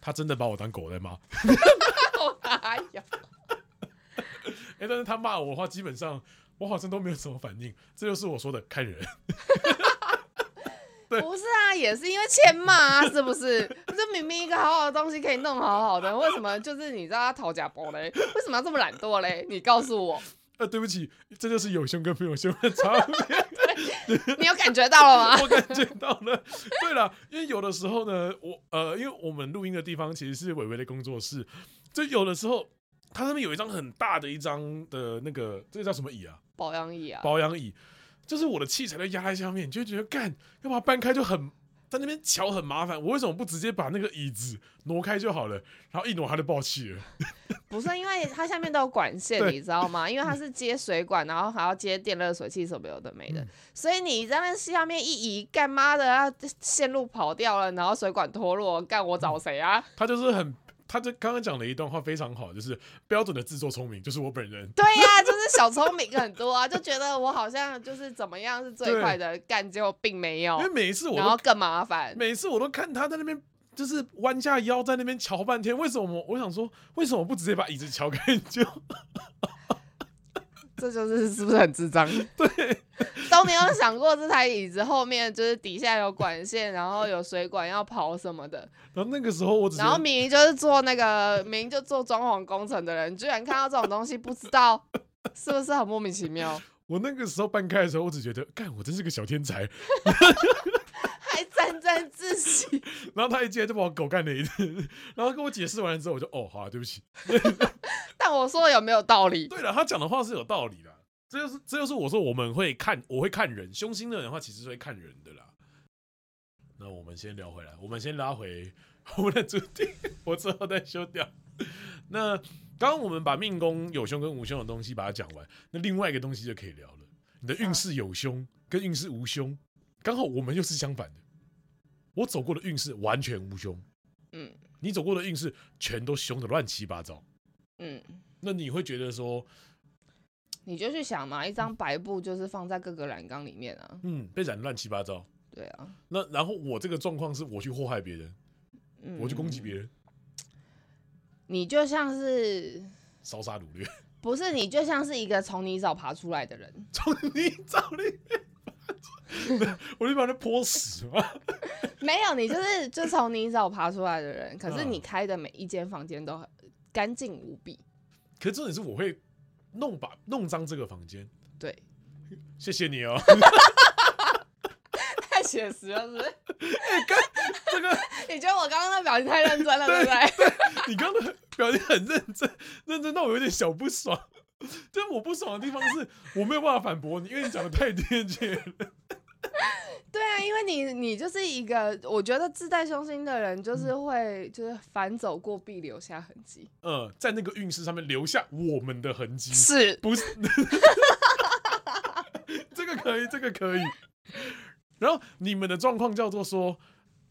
A: 他真的把我当狗在骂。
B: 哎呀，
A: 哎、但是他骂我的话，基本上我好像都没有什么反应。这就是我说的看人。
B: 不是啊，也是因为欠骂啊，是不是？ 这明明一个好好的东西可以弄好好的，为什么就是你知道他讨价包嘞？为什么要这么懒惰嘞？你告诉我，
A: 呃，对不起，这就是有胸跟没有胸的差别，
B: 你有感觉到了吗？
A: 我感觉到了。对了，因为有的时候呢，我呃，因为我们录音的地方其实是伟伟的工作室，就有的时候他那边有一张很大的一张的那个，这个叫什么椅啊？
B: 保养椅啊，
A: 保养椅，就是我的器材都压在下面，你就会觉得干要把它搬开就很在那边瞧很麻烦。我为什么不直接把那个椅子挪开就好了？然后一挪它就爆气了。
B: 不是因为它下面都有管线，
A: 对
B: 你知道吗？因为它是接水管，然后还要接电热水器什么有的没的，所以你在那下面一移，干妈的啊，线路跑掉了，然后水管脱落，干我找谁啊？
A: 他就是很，他就刚刚讲了一段话非常好，就是标准的自作聪明，就是我本人。
B: 对呀、就是小聪明很多啊，就觉得我好像就是怎么样是最快的，干结果并没有
A: 因为，每一次我
B: 然后
A: 都
B: 更麻烦。
A: 每一次我都看他在那边。就是弯下腰在那边瞧半天，为什么？我想说，为什么不直接把椅子瞧开就？
B: 这就是 是不是很 智障？对， 都没有想过这台椅子后面就是底下有管线，然后有水管要跑什么的。
A: 然后那个时候我只是
B: 然后明明就是做那个，明明就做装潢工程的人，居然看到这种东西不知道，是不是很莫名其妙？
A: 我那个时候搬开的时候，我只觉得，干，我真是个小天才。
B: 还沾沾自喜，
A: 然后他一进来就把我狗干了一顿， 然后跟我解释完了之后，我就哦，好、啊，对不起。
B: 但我说有没有道理？
A: 对了，他讲的话是有道理的，这就是这就是我说我们会看，我会看人，凶心的人的话其实是会看人的啦。那我们先聊回来，我们先拉回我们的主题，我之后再修掉。那刚刚我们把命宫有凶跟无凶的东西把它讲完，那另外一个东西就可以聊了，你的运势有凶跟运势无凶，刚好我们又是相反的。我走过的运势完全无凶，
B: 嗯
A: 你走过的运势全都凶的乱七八糟。
B: 嗯，
A: 那你会觉得说，
B: 你就去想嘛，一张白布就是放在各个染缸里面啊，
A: 嗯，被染得乱七八糟。
B: 对啊，
A: 那然后我这个状况是我去祸害别人，
B: 嗯
A: 我去攻击别人，
B: 你就像是
A: 烧杀掳掠，
B: 不是你就像是一个从泥沼爬出来的人，
A: 从泥沼里面爬出来， 我就把它泼死嘛。
B: 没有你就是就从泥沼爬出来的人，可是
A: 嗯
B: 你开的每一间房间都很干净无比，
A: 可是重点是我会弄把弄脏这个房间，
B: 对，
A: 谢谢你哦。
B: 太写实了， 是不是？哎
A: 这 个
B: 你觉得我刚刚的表情太认真了，对不对？
A: 你刚刚的表情很认真，认真到我有点小不爽。但我不爽的地方是我没有办法反驳你，因为你讲的太贴切了。
B: 对啊，因为你你就是一个，我觉得自带凶心的人，就是会、就是反走过必留下痕迹，
A: 呃，在那个运势上面留下我们的痕迹，
B: 是
A: 不是？ 这个可以，这个可以。然后你们的状况叫做说，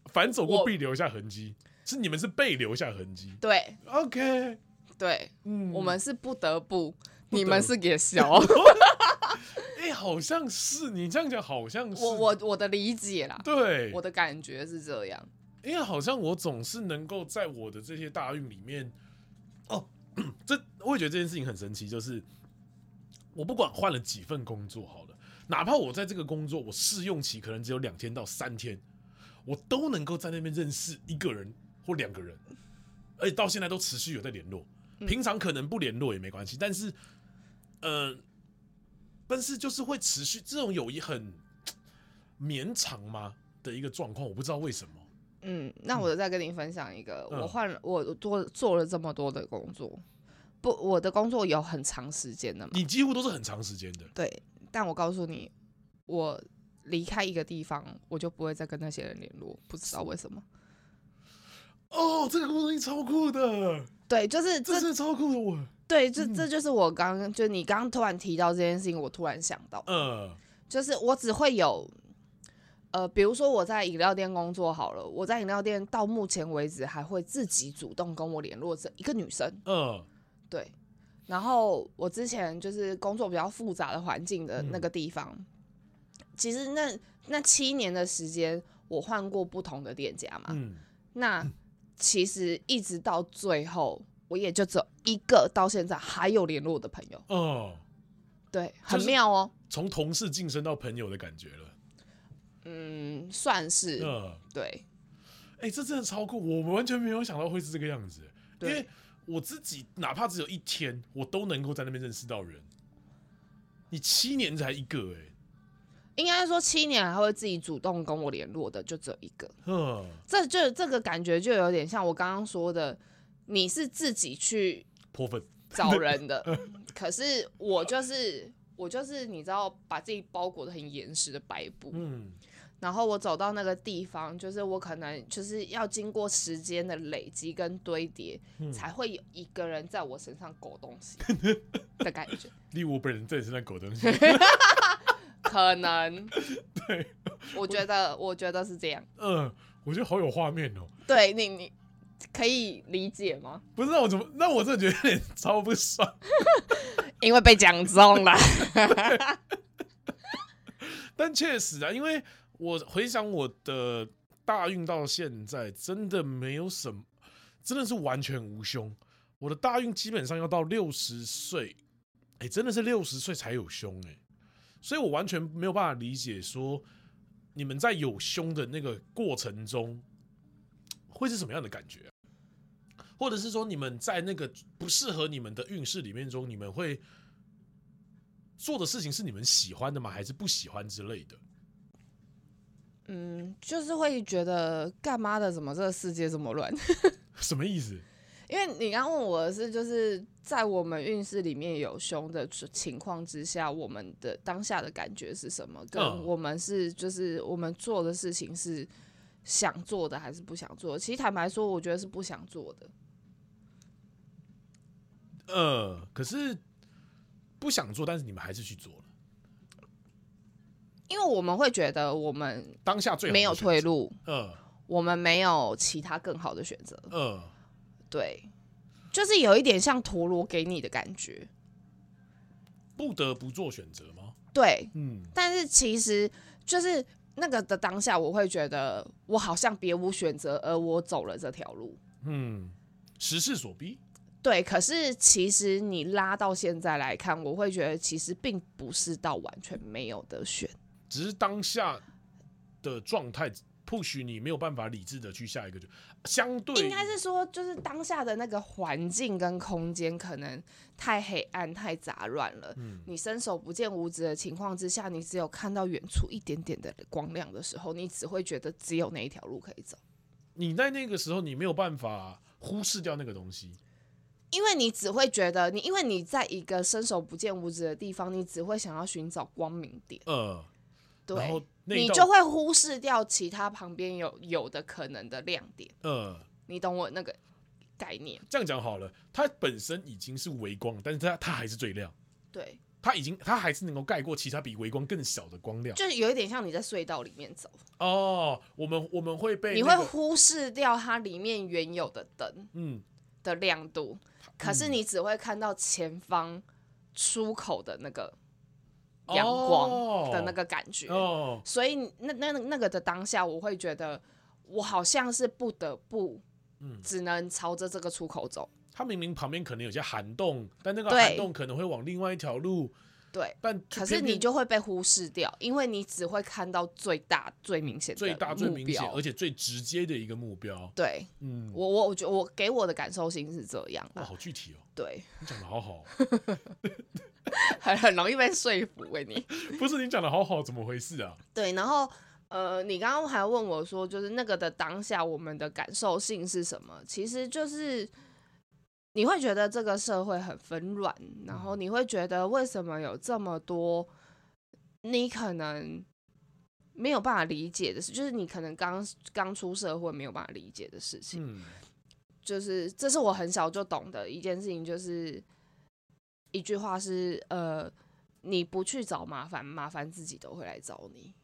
A: 反走过
B: 我
A: 必留下痕迹，是你们是被留下痕迹。
B: 对
A: OK，
B: 对，
A: 嗯，
B: 我们是不得不，
A: 不
B: 你
A: 得
B: 们
A: 不
B: 是也 小。
A: 哎、好像是你这样讲，好像是
B: 我我我的理解啦，
A: 对
B: 我，的感觉是这样。
A: 因为好像我总是能够在我的这些大运里面，哦， 这我也觉得这件事情很神奇，就是我不管换了几份工作，好了，哪怕我在这个工作我试用期可能只有两天到三天，我都能够在那边认识一个人或两个人，而且到现在都持续有在联络。
B: 嗯
A: 平常可能不联络也没关系，但是，呃，但是就是会持续这种友谊很绵长吗的一个状况，我不知道为什么。
B: 嗯，那我再跟你分享一个，
A: 嗯
B: 我换了我我做做了这么多的工作，不，我的工作有很长时间的嘛。
A: 你几乎都是很长时间的，
B: 对，但我告诉你，我离开一个地方，我就不会再跟那些人联络，不知道为什么。
A: 哦，这个工作超酷的，
B: 对，就是
A: 这
B: 这，
A: 是嗯超酷的我，
B: 对，这这就是我刚刚，就你刚刚突然提到这件事情，我突然想到，
A: 呃，
B: 就是我只会有，呃，比如说我在饮料店工作好了，我在饮料店到目前为止还会自己主动跟我联络这一个女生，
A: 呃，
B: 对。然后我之前就是工作比较复杂的环境的
A: 嗯
B: 那个地方，其实那那七年的时间，我换过不同的店家嘛，
A: 嗯，
B: 那其实一直到最后，我也就只有一个到现在还有联络的朋友，
A: 哦，
B: 对，
A: 就
B: 很
A: 是
B: 妙哦，
A: 从同事晋升到朋友的感觉了，
B: 嗯，算是、
A: 呃，
B: 对。
A: 哎、这真的超酷，我完全没有想到会是这个样子，因
B: 对
A: 为我自己哪怕只有一天，我都能够在那边认识到人。你七年才一个、欸，
B: 应该说七年还会自己主动跟我联络的就只有一个，
A: 哎，嗯，
B: 这就这个感觉就有点像我刚刚说的，你是自己去
A: 泼粪，
B: 找人的，可是我就是我就是你知道把自己包裹的很严实的白布，
A: 嗯，
B: 然后我走到那个地方，就是我可能就是要经过时间的累积跟堆叠，才会有一个人在我身上狗东 西的感觉，
A: 例如我本人这也是那狗东西，
B: 可 能，
A: 对，
B: 我觉得我觉得是这样。
A: 嗯，我觉得好有画面哦、
B: 对你，你可以理解吗？
A: 不知道我怎么，那我真的觉得有点超不爽。
B: 因为被讲中了。
A: 但确实啊，因为我回想我的大运到现在，真的没有什么，真的是完全无凶。我的大运基本上要到六十岁，哎、哎、真的是六十岁才有胸哎、所以我完全没有办法理解说你们在有胸的那个过程中会是什么样的感觉啊、或者是说你们在那个不适合你们的运势里面中，你们会做的事情是你们喜欢的吗？还是不喜欢之类的？
B: 嗯， 就是会觉得干妈的怎么这个世界这么乱？
A: 什么意思？
B: 因为你刚问我的是，就是在我们运势里面有凶的情况之下，我们的当下的感觉是什么？跟
A: 嗯
B: 我们是就是我们做的事情是想做的还是不想做的？其实坦白说，我觉得是不想做的。
A: 呃，可是不想做，但是你们还是去做了，
B: 因为我们会觉得我们
A: 当下最好的
B: 没有退
A: 选择。
B: 路，
A: 呃
B: 我们没有其他更好的选择，
A: 呃，
B: 对，就是有一点像陀螺给你的感觉，
A: 不得不做选择吗？
B: 对，
A: 嗯，
B: 但是其实就是那个的当下，我会觉得我好像别无选择，而我走了这条路。
A: 嗯，时势所逼，
B: 对，可是其实你拉到现在来看，我会觉得其实并不是到完全没有得选。
A: 只是当下的状态不许你没有办法理智的去下一个决，相对
B: 应该是说，就是当下的那个环境跟空间可能太黑暗、太杂乱了。你伸手不见五指的情况之下，你只有看到远处一点点的光亮的时候，你只会觉得只有那一条路可以走，
A: 你在那个时候你没有办法忽视掉那个东西，
B: 因为你只会觉得你，因为你在一个伸手不见五指的地方，你只会想要寻找光明点，
A: 呃，然
B: 对
A: 后，那一
B: 你
A: 道
B: 就会忽视掉其他旁边有有的可能的亮点。
A: 呃，
B: 你懂我那个概念？
A: 这样讲好了，它本身已经是微光，但是它它还是最亮，
B: 对，
A: 它已经它还是能够盖过其他比微光更小的光亮。
B: 就是有一点像你在隧道里面走。
A: 哦，我们我们会被、
B: 你
A: 那
B: 会
A: 个、
B: 忽视掉它里面原有的灯
A: 嗯，
B: 的亮度，可是你只会看到前方出口的那个阳光的那个感觉。
A: 哦，
B: 所以那那那个的当下，我会觉得我好像是不得不，
A: 嗯
B: 只能朝着这个出口走。
A: 它明明旁边可能有些涵洞，但那个
B: 对
A: 涵洞可能会往另外一条路，
B: 对，
A: 但
B: 可是
A: 偏偏
B: 你就会被忽视掉，因为你只会看到最大、最明显的
A: 最大最
B: 目
A: 明显
B: 标
A: 而且最直接的一个目标，
B: 对
A: 嗯，
B: 我，我我觉我给我的感受性是这样
A: 哇，
B: 啊，
A: 好具体哦，
B: 对，
A: 你讲的好好哦，
B: 很很容易被说服、欸。你
A: 不是你讲的好好，怎么回事啊？
B: 对，然后呃，你刚刚还问我说，就是那个的当下，我们的感受性是什么？其实就是你会觉得这个社会很纷乱，然后你会觉得为什么有这么多你可能没有办法理解的事，就是你可能刚刚出社会没有办法理解的事情。
A: 嗯，
B: 就是这是我很小就懂的一件事情，就是一句话是呃，你不去找麻烦，麻烦自己都会来找你。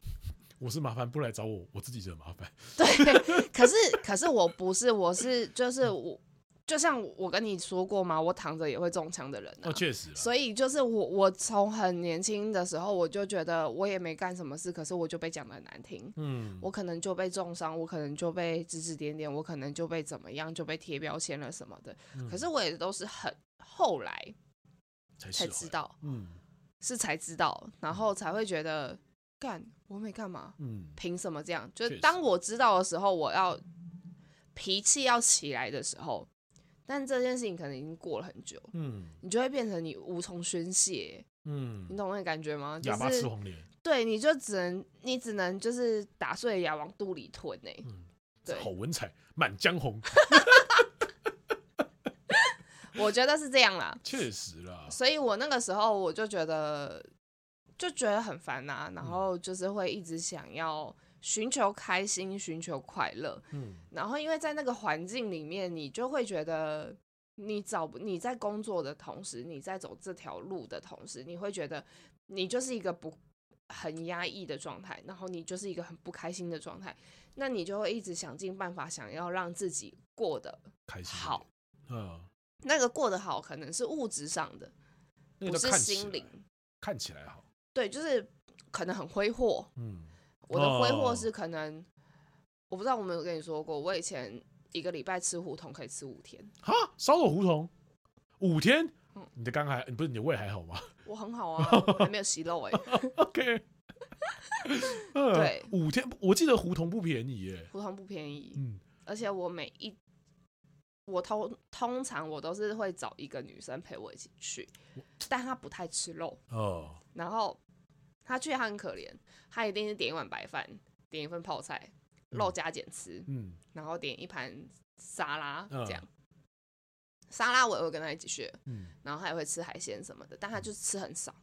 A: 我是麻烦不来找我，我自己惹麻烦，
B: 对，可是可是我不是，我是就是我，就像我跟你说过嘛，我躺着也会中枪的人、啊
A: 哦，。确实啦，
B: 所以就是我，我从很年轻的时候，我就觉得我也没干什么事，可是我就被讲的很难听，
A: 嗯，
B: 我可能就被重伤，我可能就被指指点点，我可能就被怎么样，就被贴标签了什么的。
A: 嗯
B: 可是我也都是很后来
A: 才
B: 才
A: 是嗯
B: 知
A: 哦，
B: 道，
A: 嗯
B: 是才知道，然后才会觉得干我没干嘛，
A: 嗯，
B: 凭什么这样？就
A: 确
B: 是
A: 实
B: 当我知道的时候，我要脾气要起来的时候，但这件事情可能已经过了很久，
A: 嗯
B: 你就会变成你无从宣泄，你
A: 嗯，
B: 懂那个感觉吗？就
A: 哑巴吃
B: 是
A: 黄连，
B: 对，你就只能你只能就是打碎牙往肚里吞欸呢、
A: 嗯
B: 对
A: 好文采，满江 红，
B: 我觉得是这 样啦，
A: 确实啦，
B: 所以我那个时候我就觉得就觉得很烦呐、
A: 嗯
B: 然后就是会一直想要寻求开心，寻求快乐，
A: 嗯
B: 然后因为在那个环境里面，你就会觉得你找不你在工作的同时，你在走这条路的同时，你会觉得你就是一个不很压抑的状态，然后你就是一个很不开心的状态，那你就会一直想尽办法想要让自己过得
A: 开心一点，
B: 好。
A: 嗯，
B: 那个过得好，可能是物质上的，
A: 那
B: 不
A: 个叫
B: 是
A: 看起
B: 心灵
A: 来，。看起来好，
B: 对，就是可能很挥霍。
A: 嗯
B: 我的挥
A: 哦
B: 霍是可能，我不知道我有没有跟你说过，我以前一个礼拜吃胡同可以吃五天。
A: 哈，烧肉胡同五天，你的肝还不是你的胃还好吗
B: 我很好啊，我还没有息肉哎、
A: ？OK，呃
B: 对
A: 五天我记得胡同不便宜耶，
B: 普通不便宜，
A: 嗯，
B: 而且我每一我通通常我都是会找一个女生陪我一起去，但她不太吃肉，
A: 哦，
B: 然后她去她很可怜，她一定是点一碗白饭，点一份泡菜，肉加减吃，
A: 嗯，
B: 然后点一盘沙拉
A: 嗯
B: 这样。沙拉我也会跟她一起去，
A: 嗯，
B: 然后她也会吃海鲜什么的，但她就是吃很少。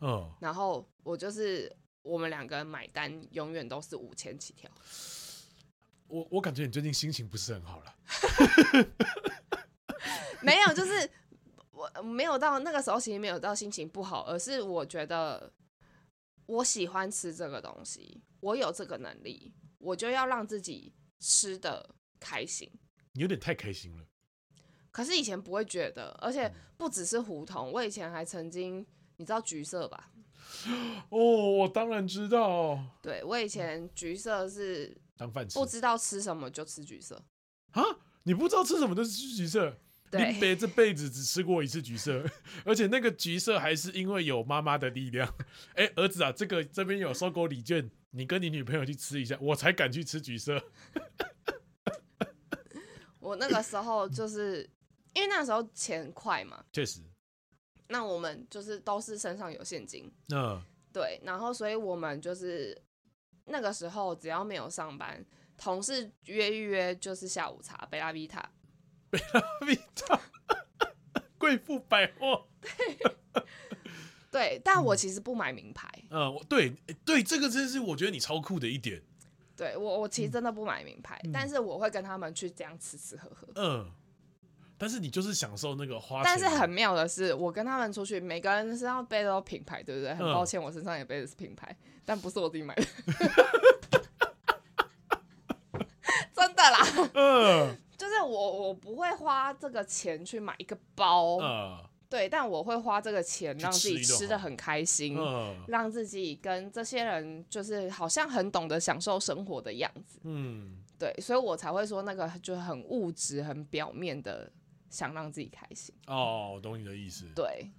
A: 哦，
B: 然后我就是我们两个人买单，永远都是五千起跳。
A: 我我感觉你最近心情不是很好了，
B: 没有，就是我没有到那个时候，其实没有到心情不好，而是我觉得我喜欢吃这个东西，我有这个能力，我就要让自己吃的开心。
A: 你有点太开心了，
B: 可是以前不会觉得，而且不只是胡同，我以前还曾经，你知道橘色吧？
A: 哦，我当然知道，
B: 对我以前橘色是
A: 当饭吃
B: 不知道吃什么就吃橘色，
A: 啊，你不知道吃什么都是橘色。
B: 对
A: 林北这辈子只吃过一次橘色，而且那个橘色还是因为有妈妈的力量。哎、儿子啊，这个这边有收购礼券，你跟你女朋友去吃一下，我才敢去吃橘色。
B: 我那个时候就是因为那时候钱快嘛，
A: 确实，
B: 那我们就是都是身上有现金，
A: 那
B: 对，然后所以我们就是那个时候只要没有上班，同事约一约就是下午茶贝拉维塔，
A: 米塔 贵妇百货，
B: 对，但我其实不买名牌，
A: 嗯，我对诶对，这个真是我觉得你超酷的一点。
B: 对我我
A: 嗯
B: 其实真的不买名牌，但是我会跟他们去这样吃吃喝喝。
A: 嗯，但是你就是享受那个花钱，
B: 但是很妙的是，我跟他们出去，每个人身上背的都品牌，对不对？很
A: 嗯
B: 抱歉，我身上也背的是品牌，但不是我自己买的， 真的啦，
A: 嗯
B: 就是我我不会花这个钱去买一个包，
A: 嗯
B: 对，但我会花这个钱
A: 去
B: 让自己
A: 吃一顿
B: 吃的很开心，
A: 嗯
B: 让自己跟这些人就是好像很懂得享受生活的样子，
A: 嗯，
B: 对，所以我才会说那个就很物质、很表面的想让自己开心，
A: 哦，我懂你的意思。
B: 对，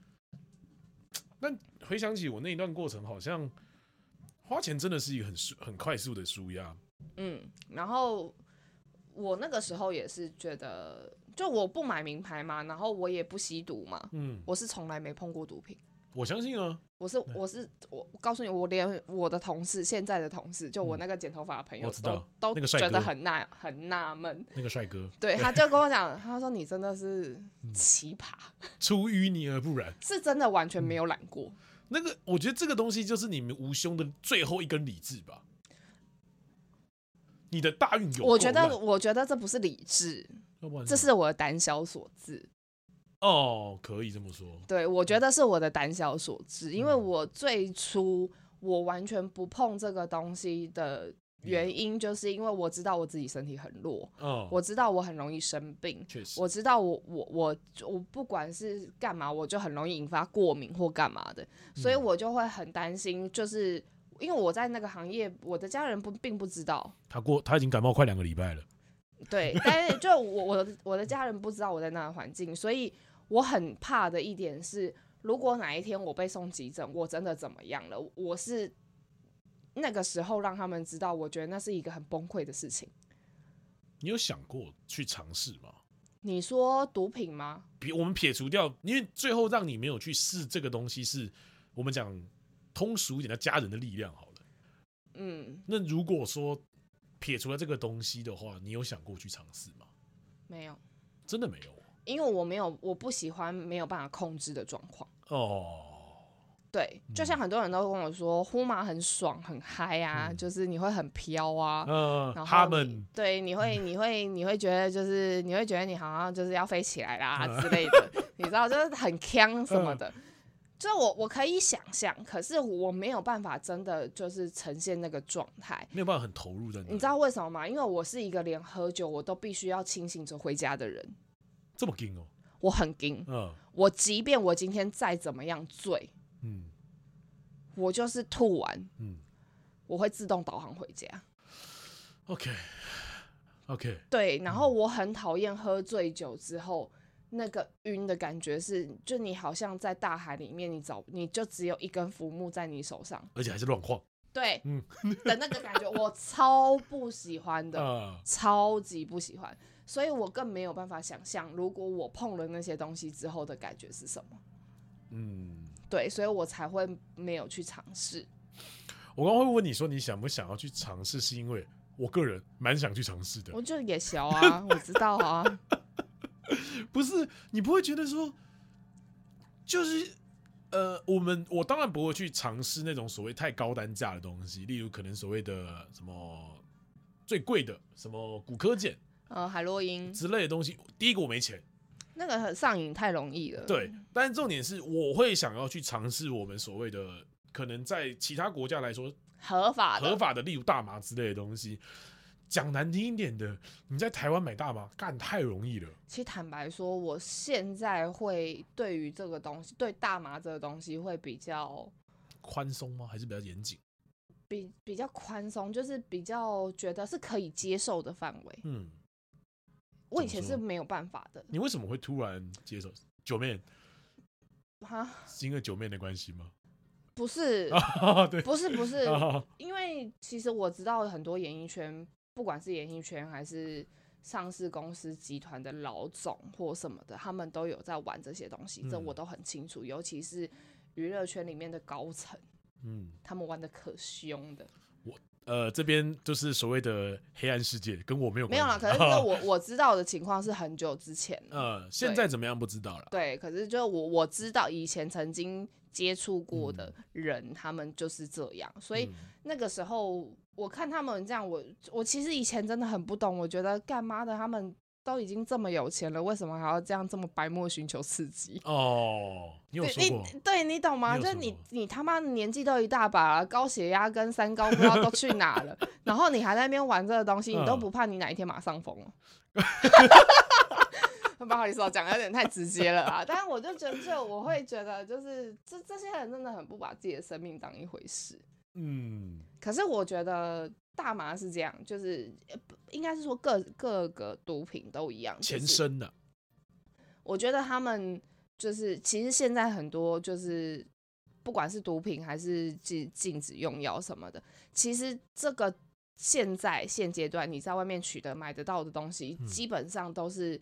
A: 但回想起我那一段过程，好像花钱真的是一个很舒很快速的舒压。
B: 嗯，然后我那个时候也是觉得，就我不买名牌嘛，然后我也不吸毒嘛，
A: 嗯，
B: 我是从来没碰过毒品。
A: 我相信啊，
B: 我是我是我，我告诉你，我连我的同事，现在的同事，就我那个剪头发的朋友
A: 嗯我知
B: 都
A: 道、那
B: 都
A: 个帅
B: 觉得
A: 哥
B: 很纳很纳闷。
A: 那个帅哥
B: 对，他就跟我讲，他说你真的是
A: 嗯
B: 奇葩，
A: 出淤泥而不染。
B: 是真的完全
A: 嗯
B: 没有染过。
A: 那个，我觉得这个东西就是你们无胸的最后一根理智吧。你的大运有够烂，
B: 我觉得，我觉得这不是理智，
A: 要不然
B: 这是我的胆小所致。
A: 哦，可以这么说。
B: 对，我
A: 嗯
B: 觉得是我的胆小所致，因为我最初我完全不碰这个东西的原因，就是因为我知道我自己身体很弱，
A: 哦，
B: 我知道我很容易生病，
A: 确实，
B: 我知道我我我我不管是干嘛，我就很容易引发过敏或干嘛的，所以我就会很担心，就是因为我在那个行业，我的家人不并不知道，
A: 他过他已经感冒快两个礼拜了。
B: 对，但是就我我的我的家人不知道我在那个环境，所以我很怕的一点是，如果哪一天我被送急诊，我真的怎么样了，我是那个时候让他们知道，我觉得那是一个很崩溃的事情。
A: 你有想过去尝试吗？
B: 你说毒品吗？
A: 比我们撇除掉，因为最后让你没有去试这个东西是，我们讲通俗一点的家人的力量好了。
B: 嗯，
A: 那如果说撇除了这个东西的话，你有想过去尝试吗？
B: 没有。
A: 真的没有
B: 因为我没有，我不喜欢没有办法控制的状况。
A: 哦。
B: 对，就像很多人都跟我说，呼麻很爽，很嗨啊，就是你会很飘啊。然
A: 嗯呃，
B: 后
A: 他
B: 你
A: 们嗯
B: 对，你会，你会，你会觉得就是，你会觉得你好像就是要飞起来啦
A: 嗯
B: 之类的，你知道，就是很呛什么的。就我我可以想象，可是我没有办法真的就是呈现那个状态。
A: 没有办法很投入在那里，
B: 你知道为什么吗？因为我是一个连喝酒我都必须要清醒着回家的人，
A: 这么硬哦。
B: 我很硬。
A: 嗯
B: 我即便我今天再怎么样醉，
A: 嗯
B: 我就是吐完，
A: 嗯
B: 我会自动导航回家。
A: ，OK OK，
B: 对，然后我很讨厌喝醉酒之后那个晕的感觉是，就你好像在大海里面，你找你就只有一根浮木在你手上，
A: 而且还是乱晃
B: 对，
A: 嗯
B: 的那个感觉，我超不喜欢的，
A: 啊！
B: 超级不喜欢，所以我更没有办法想象，如果我碰了那些东西之后的感觉是什么。
A: 嗯，
B: 对，所以我才会没有去尝试。
A: 我刚刚会问你说你想不想要去尝试，是因为我个人蛮想去尝试的。
B: 我就也小啊，我知道啊，
A: 不是你不会觉得说，就是呃，我们我当然不会去尝试那种所谓太高单价的东西，例如可能所谓的什么最贵的什么骨科碱
B: 呃，海洛因
A: 之类的东西。第一个我没钱，
B: 那个很上瘾太容易了。，
A: 对，但是重点是我会想要去尝试我们所谓的可能在其他国家来说
B: 合法的，
A: 合法的，例如大麻之类的东西。讲难听一点的，你在台湾买大麻干太容易了。
B: 其实坦白说，我现在会对于这个东西，对大麻这个东西会比较
A: 宽松吗？还是比较严谨？
B: 比比较宽松，就是比较觉得是可以接受的范围。
A: 嗯，
B: 我以
A: 怎
B: 前
A: 么
B: 是
A: 说
B: 没有办法的
A: 你为什么会突然接受九妹？
B: 哈，
A: 是因为九妹的关系吗？
B: 不是，
A: 啊，对，
B: 不是，不是，
A: 啊，
B: 因为其实我知道很多演艺圈，不管是演艺圈还是上市公司集团的老总或什么的，他们都有在玩这些东西，这
A: 嗯
B: 我都很清楚。尤其是娱乐圈里面的高层，
A: 嗯，
B: 他们玩的可凶的。
A: 呃，这边就是所谓的黑暗世界，跟我没有
B: 没
A: 关
B: 有
A: 系
B: 啦，可是 这我我知道的情况是很久之前了。
A: 呃，现在怎么样不知道了。
B: 对，可是就我我知道以前曾经接触过的人，他们就是这样，所以
A: 嗯
B: 那个时候我看他们这样，我我其实以前真的很不懂，我觉得干嘛的他们都已经这么有钱了，为什么还要这样这么白目寻求刺激？
A: 哦，你有
B: 对
A: 说过
B: 你对你懂吗？
A: 你有
B: 就是
A: 说
B: 你
A: 过
B: 你他妈年纪都一大把了，高血压跟三高不知道都去哪 了，然后你还在那边玩这个东西，你都
A: 嗯
B: 不怕你哪一天马上疯了？ 不好意思、哦，讲得有点太直接了 啊！但是我就觉得，就我会觉得，就是这这些人真的很不把自己的生命当一回事。
A: 嗯，
B: 可是我觉得大麻是这样，就是呃不应该是说各各个毒品都一样，就
A: 前
B: 是
A: 身啊呢？
B: 我觉得他们就是，其实现在很多就是，不管是毒品还是禁禁止用药什么的，其实这个现在现阶段你在外面取得买得到的东西，
A: 嗯
B: 基本上都是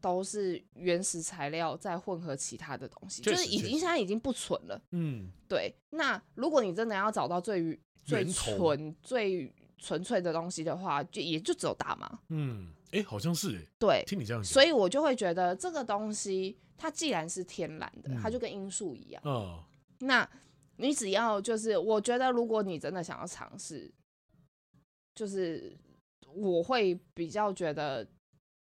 B: 都是原始材料再混合其他的东西，
A: 确
B: 就
A: 实
B: 是已
A: 确
B: 经现在已经不纯了。
A: 嗯，
B: 对，那如果你真的要找到最最
A: 源头
B: 纯最纯粹的东西的话，就也就只有大麻。
A: 嗯，哎，好像是哎，
B: 对，
A: 听你这样讲，
B: 所以我就会觉得这个东西，它既然是天然的，它
A: 嗯
B: 就跟罂粟一样。
A: 嗯，
B: 那你只要就是，我觉得如果你真的想要尝试，就是我会比较觉得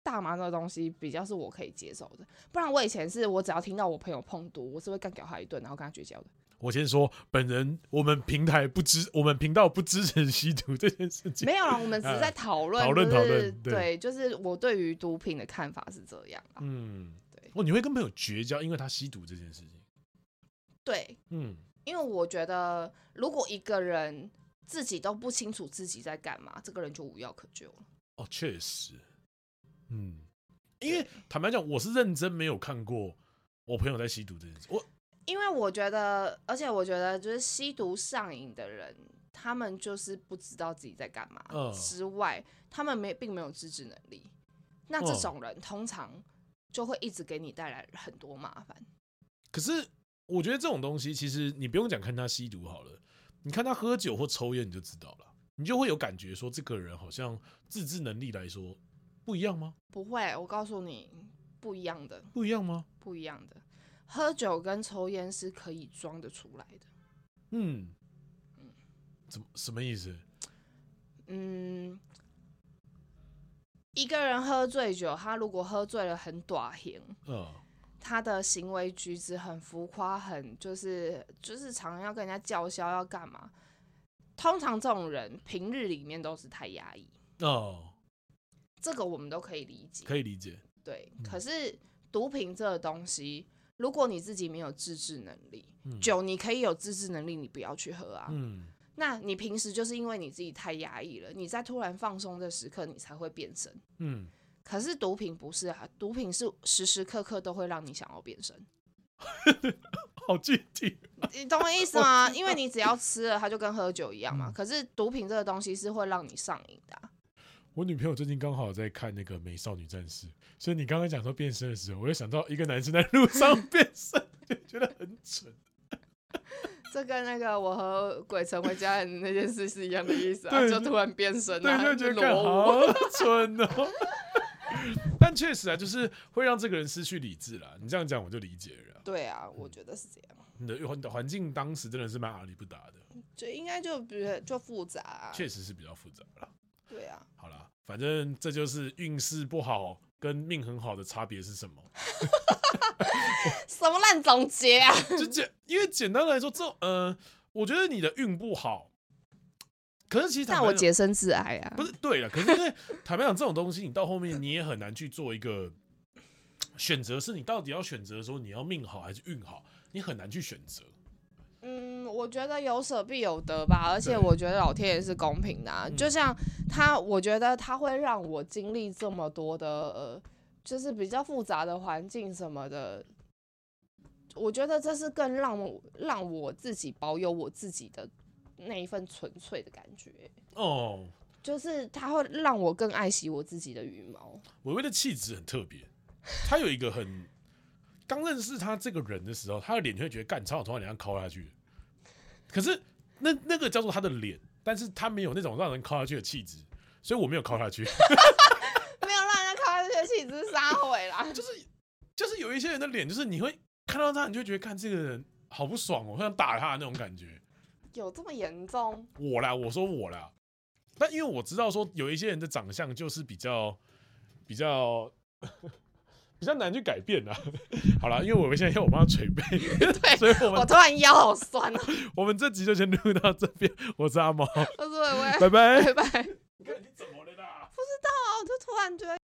B: 大麻这个东西比较是我可以接受的。不然我以前是我只要听到我朋友碰毒，我是会干掉他一顿，然后跟他绝交的。
A: 我先说，本人我们平台不支，我们频道不支持吸毒这件事情。
B: 没有啦，我们只是 在讨论，
A: 嗯讨论
B: 就是
A: 讨论对
B: 对，就是我对于毒品的看法是这样啊。
A: 嗯，
B: 对
A: 哦，你会跟朋友绝交，因为他吸毒这件事情。
B: 对，
A: 嗯，
B: 因为我觉得，如果一个人自己都不清楚自己在干嘛，这个人就无药可救了。
A: 哦，确实，嗯，因为坦白讲，我是认真没有看过我朋友在吸毒这件事。我
B: 因为我觉得，而且我觉得，就是吸毒上瘾的人，他们就是不知道自己在干嘛、
A: 嗯
B: 之外，他们没并没有自制能力。那这种人通常就会一直给你带来很多麻烦。
A: 可是我觉得这种东西，其实你不用讲看他吸毒好了，你看他喝酒或抽烟，你就知道了，你就会有感觉说这个人好像自制能力来说不一样吗？
B: 不会，我告诉你，不一样的，
A: 不一样吗？
B: 不一样的。喝酒跟抽烟是可以装得出来的。
A: 嗯，怎么什么意思？
B: 嗯，一个人喝醉酒，他如果喝醉了很短行，
A: 嗯
B: 他的行为举止很浮夸，很就是就是常常要跟人家叫嚣要干嘛。通常这种人平日里面都是太压抑，
A: 哦，
B: 这个我们都可以理解。
A: 可以理解。
B: 对，
A: 嗯
B: 可是毒品这个东西，如果你自己没有自制能力，
A: 嗯
B: 酒你可以有自制能力，你不要去喝啊。
A: 嗯，
B: 那你平时就是因为你自己太压抑了，你在突然放松的时刻，你才会变身。
A: 嗯
B: 可是毒品不是啊，毒品是时时刻刻都会让你想要变身，
A: 好具体，
B: 你懂我意思吗？因为你只要吃了，它就跟喝酒一样
A: 嗯
B: 嘛。可是毒品这个东西是会让你上瘾的啊、
A: 我女朋友最近刚好在看那个《美少女战士》，所以你刚刚讲说变身的时候，我又想到一个男生在路上变身，就觉得很蠢。
B: 这跟那个我和鬼城回家的那件事是一样的意思啊，
A: 对
B: 就突然变身
A: 对，
B: 啊，
A: 就觉得干
B: 裸舞。
A: 好蠢哦。 但确实啊，就是会让这个人失去理智啦。你这样讲我就理解了啊。
B: 对啊，我觉得是这样，
A: 你的环环境当时真的是蛮阿里不达的，
B: 就应该就比如就复杂、啊，
A: 确实是比较复杂啦。
B: 对啊，
A: 好啦，反正这就是运势不好跟命很好的差别是什么？
B: 什么烂总结 啊？
A: 就简，因为简单来说，这呃，我觉得你的运不好，可是其实坦白
B: 但我
A: 讲
B: 洁身自爱啊，
A: 不是对了，可是因为坦白讲，这种东西你到后面你也很难去做一个选择，是你到底要选择说你要命好还是运好，你很难去选择。
B: 嗯，我觉得有舍必有得吧，而且我觉得老天爷是公平的、啊，
A: 嗯
B: 就像他，我觉得他会让我经历这么多的，呃，就是比较复杂的环境什么的。我觉得这是更让我让我自己保有我自己的那一份纯粹的感觉，
A: 哦，
B: 就是他会让我更爱惜我自己的羽毛。
A: 伟伟的气质很特别，他有一个很刚认识他这个人的时候，他的脸就会觉得干超好从他脸上敲下去，可是那那个叫做他的脸，但是他没有那种让人敲下去的气质，所以我没有敲下去。
B: 没有让人家看这些气质杀毁啦，
A: 就是就是有一些人的脸，就是你会看到他，你就会觉得看这个人好不爽哦，我想打他的那种感觉。
B: 有这么严重？
A: 我啦，我说我啦，但因为我知道说有一些人的长相就是比较比较 比较难去改变啦。 好啦，因为我们现在要我帮他捶背，所以我
B: 我
A: 们
B: 突然腰好酸哦、
A: 我们这集就先录到这边。我是阿毛，
B: 我是伟伟，
A: 拜拜。
B: 拜拜。
A: 你看你怎么了啦？
B: 哦，就突然觉得。